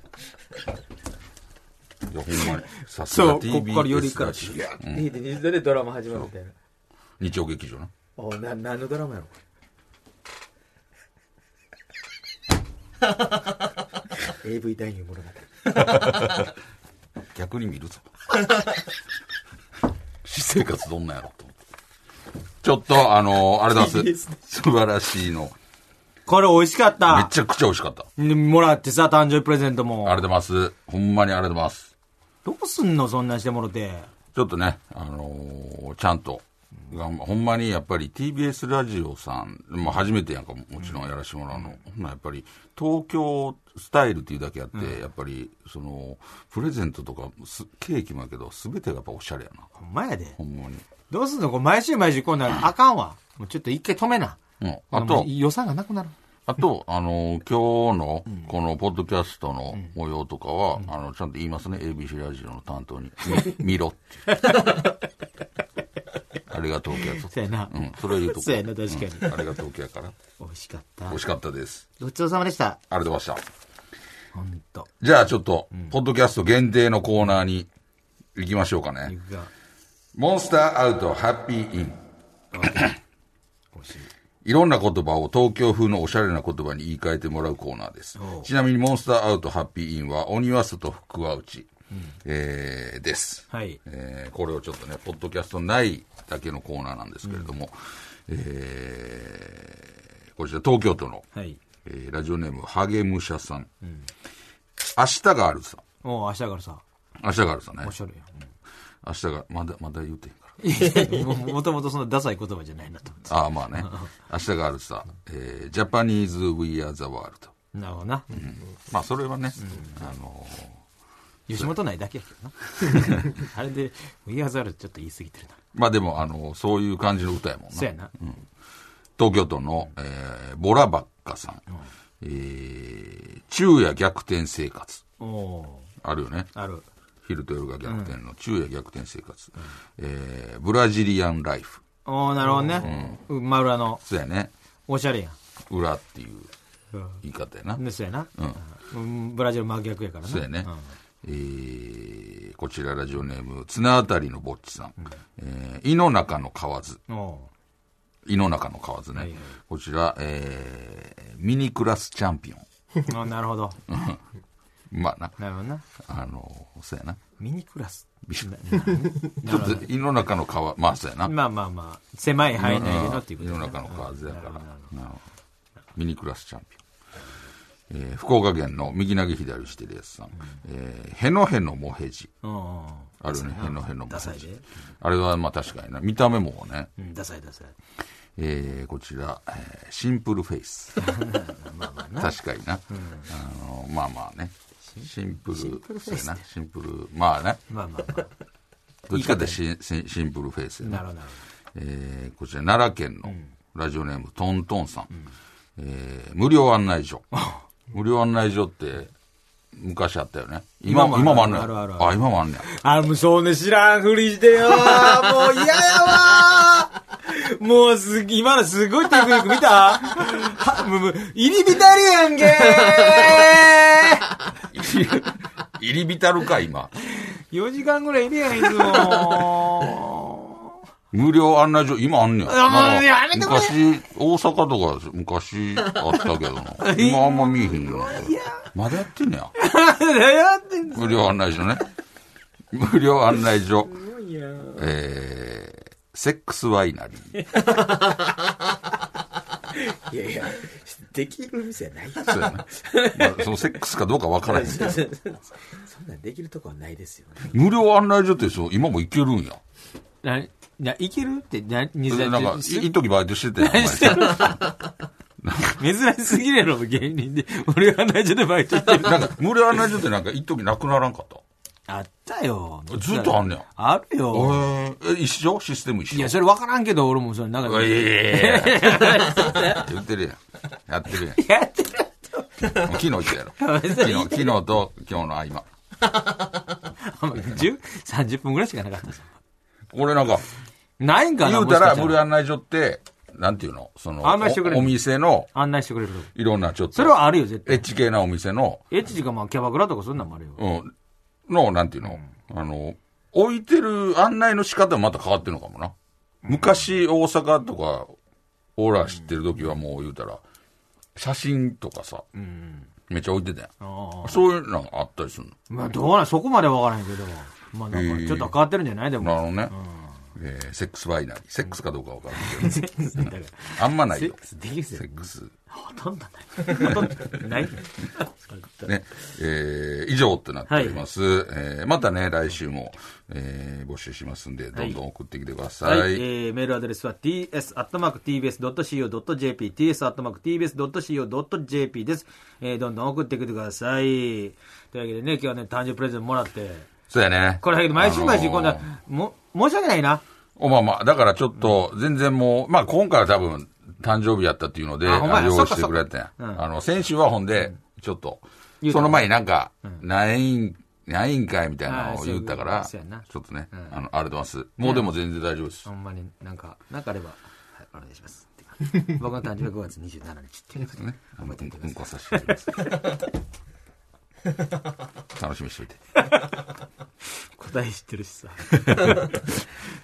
[SPEAKER 2] いやほんまにさす
[SPEAKER 5] そ
[SPEAKER 2] が
[SPEAKER 5] う、こっから寄り
[SPEAKER 2] TBS
[SPEAKER 5] から、
[SPEAKER 2] だ
[SPEAKER 5] ビ
[SPEAKER 2] し
[SPEAKER 5] ューって引いて、水でドラマ始まるみたいな。
[SPEAKER 2] 日曜劇場な
[SPEAKER 5] おな、何のドラマやろこれ AV 大乳物語
[SPEAKER 2] 逆に見 るぞ私生活どんなんやろと思ってちょっとあのあれだす素晴らしいの
[SPEAKER 5] これ美味しかっ
[SPEAKER 2] め
[SPEAKER 5] た
[SPEAKER 2] ちゃくちゃ美味しかった
[SPEAKER 5] でもらってさ誕生日プレゼントも
[SPEAKER 2] ありがとうございますほんまにありがとうございます
[SPEAKER 5] どうすんのそんなんしてもろて
[SPEAKER 2] ちょっとね、あのーちゃんと、がんほんまにやっぱり TBS ラジオさん、まあ、初めてやんかも、もちろんやらしてもらうの、ほんならやっぱり東京スタイルっていうだけあって、やっぱりそのプレゼントとかすケーキもやけど、すべてがやっぱおしゃれやな、
[SPEAKER 5] ほんまやで。
[SPEAKER 2] ほんまに。
[SPEAKER 5] どうすんのこれ毎週毎週こんなんあかんわ。もうちょっと一回止めな。
[SPEAKER 2] うん、
[SPEAKER 5] あ
[SPEAKER 2] あ
[SPEAKER 5] と
[SPEAKER 2] と、
[SPEAKER 5] 予算がなくなる。
[SPEAKER 2] あと、あのー今日のこのポッドキャストの模様とかは、あのちゃんと言いますね、ABC ラジオの担当に、み見ろって。ありがとうきやつ。
[SPEAKER 5] そうやな
[SPEAKER 2] う。ん、それは言うとこ
[SPEAKER 5] そうやな確かに
[SPEAKER 2] うんありがとうきやから。
[SPEAKER 5] 美味しかった
[SPEAKER 2] 美味。しかったです。
[SPEAKER 5] ごちそうさまでした。
[SPEAKER 2] ありがとうございました。
[SPEAKER 5] ほんと。
[SPEAKER 2] じゃあちょっと、ポッドキャスト限定のコーナーに行きましょうかね。
[SPEAKER 5] 肉が
[SPEAKER 2] モンスターアウトハッピーイン。いろんな言葉を東京風のおしゃれな言葉に言い換えてもらうコーナーです。ちなみにモンスターアウトハッピーインは鬼は外福は内、えーです。
[SPEAKER 5] はい。
[SPEAKER 2] えーこれをちょっとね、ポッドキャストないだけのコーナーなんですけれども、えーこちら東京都の、
[SPEAKER 5] はい。
[SPEAKER 2] えーラジオネームハゲムシャさん。明日があるさ。
[SPEAKER 5] もう明日からさ、
[SPEAKER 2] 明日があるさね
[SPEAKER 5] お。しゃれやん。
[SPEAKER 2] 明日が、まだ、まだ言うてへんから。
[SPEAKER 5] いやももともとそのダサい言葉じゃないなと思って
[SPEAKER 2] ああ、まあね。明日があるさ、えー、ジャパニーズ・ウィアー・ザ・ワールド。
[SPEAKER 5] なるほどな。
[SPEAKER 2] まあ、それはね、あの
[SPEAKER 5] 吉本内だけやけどな。 あれで、ウィアーザールちょっと言い過ぎてるな。
[SPEAKER 2] ーまあでも、あのーそういう感じの歌やもんな。
[SPEAKER 5] そうやな。
[SPEAKER 2] 東京都の、えー、ボラバッカさん。えー、昼夜逆転生活。
[SPEAKER 5] おお
[SPEAKER 2] あるよね。
[SPEAKER 5] ーある。
[SPEAKER 2] 昼と夜が逆転の昼夜逆転生活。えー、ブラジリアン・ライフ。
[SPEAKER 5] おおなるほどね。うん、マウラの、
[SPEAKER 2] そうやね。
[SPEAKER 5] おしゃれやん。
[SPEAKER 2] 裏っていう
[SPEAKER 5] うん
[SPEAKER 2] 言い方やな。
[SPEAKER 5] ね、そうやな、うんブラジル真逆やからな
[SPEAKER 2] そうやね
[SPEAKER 5] ん、
[SPEAKER 2] えーこちらラジオネーム綱渡りのぼっちさん、えー、井の中の蛙
[SPEAKER 5] お
[SPEAKER 2] 井の中の蛙ね、
[SPEAKER 5] はいはい
[SPEAKER 2] こちら、えーミニクラスチャンピオン
[SPEAKER 5] うあなるほど
[SPEAKER 2] まあな
[SPEAKER 5] なるほどな
[SPEAKER 2] あのそうやな
[SPEAKER 5] ミニクラス
[SPEAKER 2] ちょっと井の中の蛙まあそうやな、
[SPEAKER 5] まあまあまあ狭い範囲内でのっていう
[SPEAKER 2] 井
[SPEAKER 5] こと
[SPEAKER 2] の
[SPEAKER 5] やな
[SPEAKER 2] 中の蛙やから、なるほどミニクラスチャンピオンえー福岡県の右投げ左してるやつさん、えー、へのへのもへじ。
[SPEAKER 5] うんうん
[SPEAKER 2] あるね、へのへのも
[SPEAKER 5] ダサ
[SPEAKER 2] へ
[SPEAKER 5] い
[SPEAKER 2] じ
[SPEAKER 5] で。
[SPEAKER 2] あれはまあ確かにな。見た目もね、
[SPEAKER 5] うんダサいダサい
[SPEAKER 2] えーこちら、えーシンプルフェイス。確かにな。あのまあまあね。シンプル、シンプルフェイス、シンプル、まあね。
[SPEAKER 5] まあまあまあ
[SPEAKER 2] どっちかってシンシンシンプルフェイスやな
[SPEAKER 5] なるほどなる
[SPEAKER 2] えーこちら、奈良県のラジオネーム、トントンさん。えー無料案内 所。無料案内所って、昔あったよね。今も、
[SPEAKER 5] 今
[SPEAKER 2] 今
[SPEAKER 5] も
[SPEAKER 2] も
[SPEAKER 5] あ
[SPEAKER 2] あ
[SPEAKER 5] る
[SPEAKER 2] んねん
[SPEAKER 5] あるあるある
[SPEAKER 2] あ、今もあんねん。
[SPEAKER 5] ほど あもうそうね知らんふりしてよもう 嫌やわもうす今のすごいテクニック見たはもうもう入り浸りやんけ
[SPEAKER 2] 入り浸るか、今。
[SPEAKER 5] ー !4 時間ぐらいいるやん、いつも。
[SPEAKER 2] 無料案内所、今あんねや。
[SPEAKER 5] あ
[SPEAKER 2] なんか
[SPEAKER 5] やめてくれ
[SPEAKER 2] 昔、大阪とか、昔あったけどな。今 あんま見えへんようになったまだやってんねや。
[SPEAKER 5] やってん
[SPEAKER 2] 無料案内所ね。 無料案内所。えー、セックスワイナリー。
[SPEAKER 4] いやいや、できる店はない。
[SPEAKER 2] そうやなまあそのセックスかどうかわからへんけど。
[SPEAKER 4] そんなんできるとこはないですよ。
[SPEAKER 2] 無料案内所ってそう、今も行けるんや。
[SPEAKER 5] な、な、いけるって、な、に
[SPEAKER 2] え
[SPEAKER 5] さ、
[SPEAKER 2] なんか、いいときバイトしてたやんお前。
[SPEAKER 5] 珍しすぎるやろ、芸人で。俺が内緒でバイトしてる。
[SPEAKER 2] なんか、無料案内所ってなんか、一時なくならんかった。
[SPEAKER 5] あったよ。
[SPEAKER 2] ずっとあんねや。
[SPEAKER 5] あるよ。
[SPEAKER 2] えー、一緒システム一緒
[SPEAKER 5] いや、それ分からんけど、俺もそれ、なんか、
[SPEAKER 2] ええ 言ってるやん。やってるやん。
[SPEAKER 5] やってる
[SPEAKER 2] 昨日言ったや ろ。昨日、昨日と今日の合間。
[SPEAKER 5] お前10 30分ぐらいしかなかったじ
[SPEAKER 2] 俺なんか、
[SPEAKER 5] ゃん。ないんかな
[SPEAKER 2] 言うた
[SPEAKER 5] もしからした
[SPEAKER 2] 無理案内所って、なんていうのその、
[SPEAKER 5] あんまりしてくれ
[SPEAKER 2] お
[SPEAKER 5] ん
[SPEAKER 2] お店の、
[SPEAKER 5] 案内してくれるとこ
[SPEAKER 2] いろんなちょっと、
[SPEAKER 5] それはあるよ、絶対。
[SPEAKER 2] エッチ系なお店の、
[SPEAKER 5] エッチか、まあ、キャバクラとかそんなんもあるよ。
[SPEAKER 2] うん、の、なんていうの、あの、置いてる案内の仕方はまた変わってるのかもな。昔、大阪とか、オーラ知ってる時はもう言うたら、写真とかさ、めっちゃ置いてたやん。
[SPEAKER 5] ああ
[SPEAKER 2] そういうのがあったりするの。
[SPEAKER 5] まあ、どうなん、そこまでは分からへんけど。まあ、なんか、ちょっと変わってるんじゃないで
[SPEAKER 2] なる
[SPEAKER 5] も。
[SPEAKER 2] ほどね。えーセックスバイナリー。セックスかどうかわからないけど、
[SPEAKER 8] だから
[SPEAKER 2] あんまない
[SPEAKER 8] セッ
[SPEAKER 2] よ
[SPEAKER 8] ク。スできるんです
[SPEAKER 2] セ
[SPEAKER 8] よ
[SPEAKER 2] ックス。
[SPEAKER 8] ほとんどないほとんど ない
[SPEAKER 2] ね。えー以上となっております。えーまたね、来週も、えー募集しますんで、どんどん送ってきてください。
[SPEAKER 5] はい、えーメールアドレスは ts.tbs.co.jp ts.tbs.co.jp です、えーどんどん送ってきてくださいというわけでね今日はね誕生日プレゼントもらって
[SPEAKER 2] そうやね。
[SPEAKER 5] これだけど毎週毎週
[SPEAKER 2] あのー
[SPEAKER 5] こんな、も申し訳ないな
[SPEAKER 2] おまあまあ、だからちょっと、全然もう、まあ今回は多分、誕生日やったっていうので、
[SPEAKER 5] あほんま
[SPEAKER 2] あ
[SPEAKER 5] や
[SPEAKER 2] の用
[SPEAKER 5] そ
[SPEAKER 2] 意
[SPEAKER 5] っか
[SPEAKER 2] してくれたんや。
[SPEAKER 5] そっかうん
[SPEAKER 2] あの、先週はほんで、ちょっと
[SPEAKER 5] 言、うた
[SPEAKER 2] その前になんか、ないん、ないんかいみたいな
[SPEAKER 5] あ
[SPEAKER 2] のを
[SPEAKER 5] そう
[SPEAKER 2] 言ったから、ち
[SPEAKER 5] そうやな
[SPEAKER 2] ょっとね
[SPEAKER 5] うん、
[SPEAKER 2] あの、ありがとうございます。もうでも全然大丈夫です
[SPEAKER 5] ほ。んまになんかなんかあれば、はい、お願いします僕の誕生日は5月27日っていうこと でね
[SPEAKER 2] う
[SPEAKER 5] 覚えておいてく
[SPEAKER 2] ん
[SPEAKER 5] だ
[SPEAKER 2] こ
[SPEAKER 5] さい
[SPEAKER 2] させていただきます。 楽しみにしておいて。
[SPEAKER 5] 答え知ってるしさ。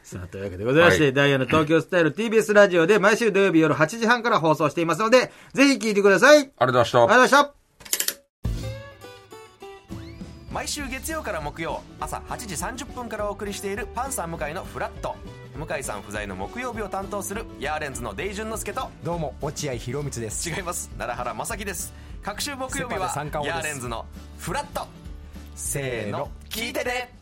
[SPEAKER 5] さあ、というわけでございまして、
[SPEAKER 2] はい
[SPEAKER 5] ダイヤの東京スタイル TBS ラジオで毎週土曜日夜8時半から放送していますので、ぜひ聞いてください。ありが
[SPEAKER 2] ありがとうございました
[SPEAKER 5] とうご。ざいました。
[SPEAKER 9] 毎週月曜から木曜朝8時30分からお送りしている「パンサー向井のフラット」向井さん不在の木曜日を担当するヤーレンズのデイジュンの之介と
[SPEAKER 7] どうも落合博満です
[SPEAKER 9] 違います奈良原正樹です各週木曜日
[SPEAKER 7] セパ
[SPEAKER 9] は
[SPEAKER 7] で三冠王
[SPEAKER 9] ヤー
[SPEAKER 7] です
[SPEAKER 9] レンズの「フラット」せ
[SPEAKER 7] せ
[SPEAKER 9] ーの聞いてね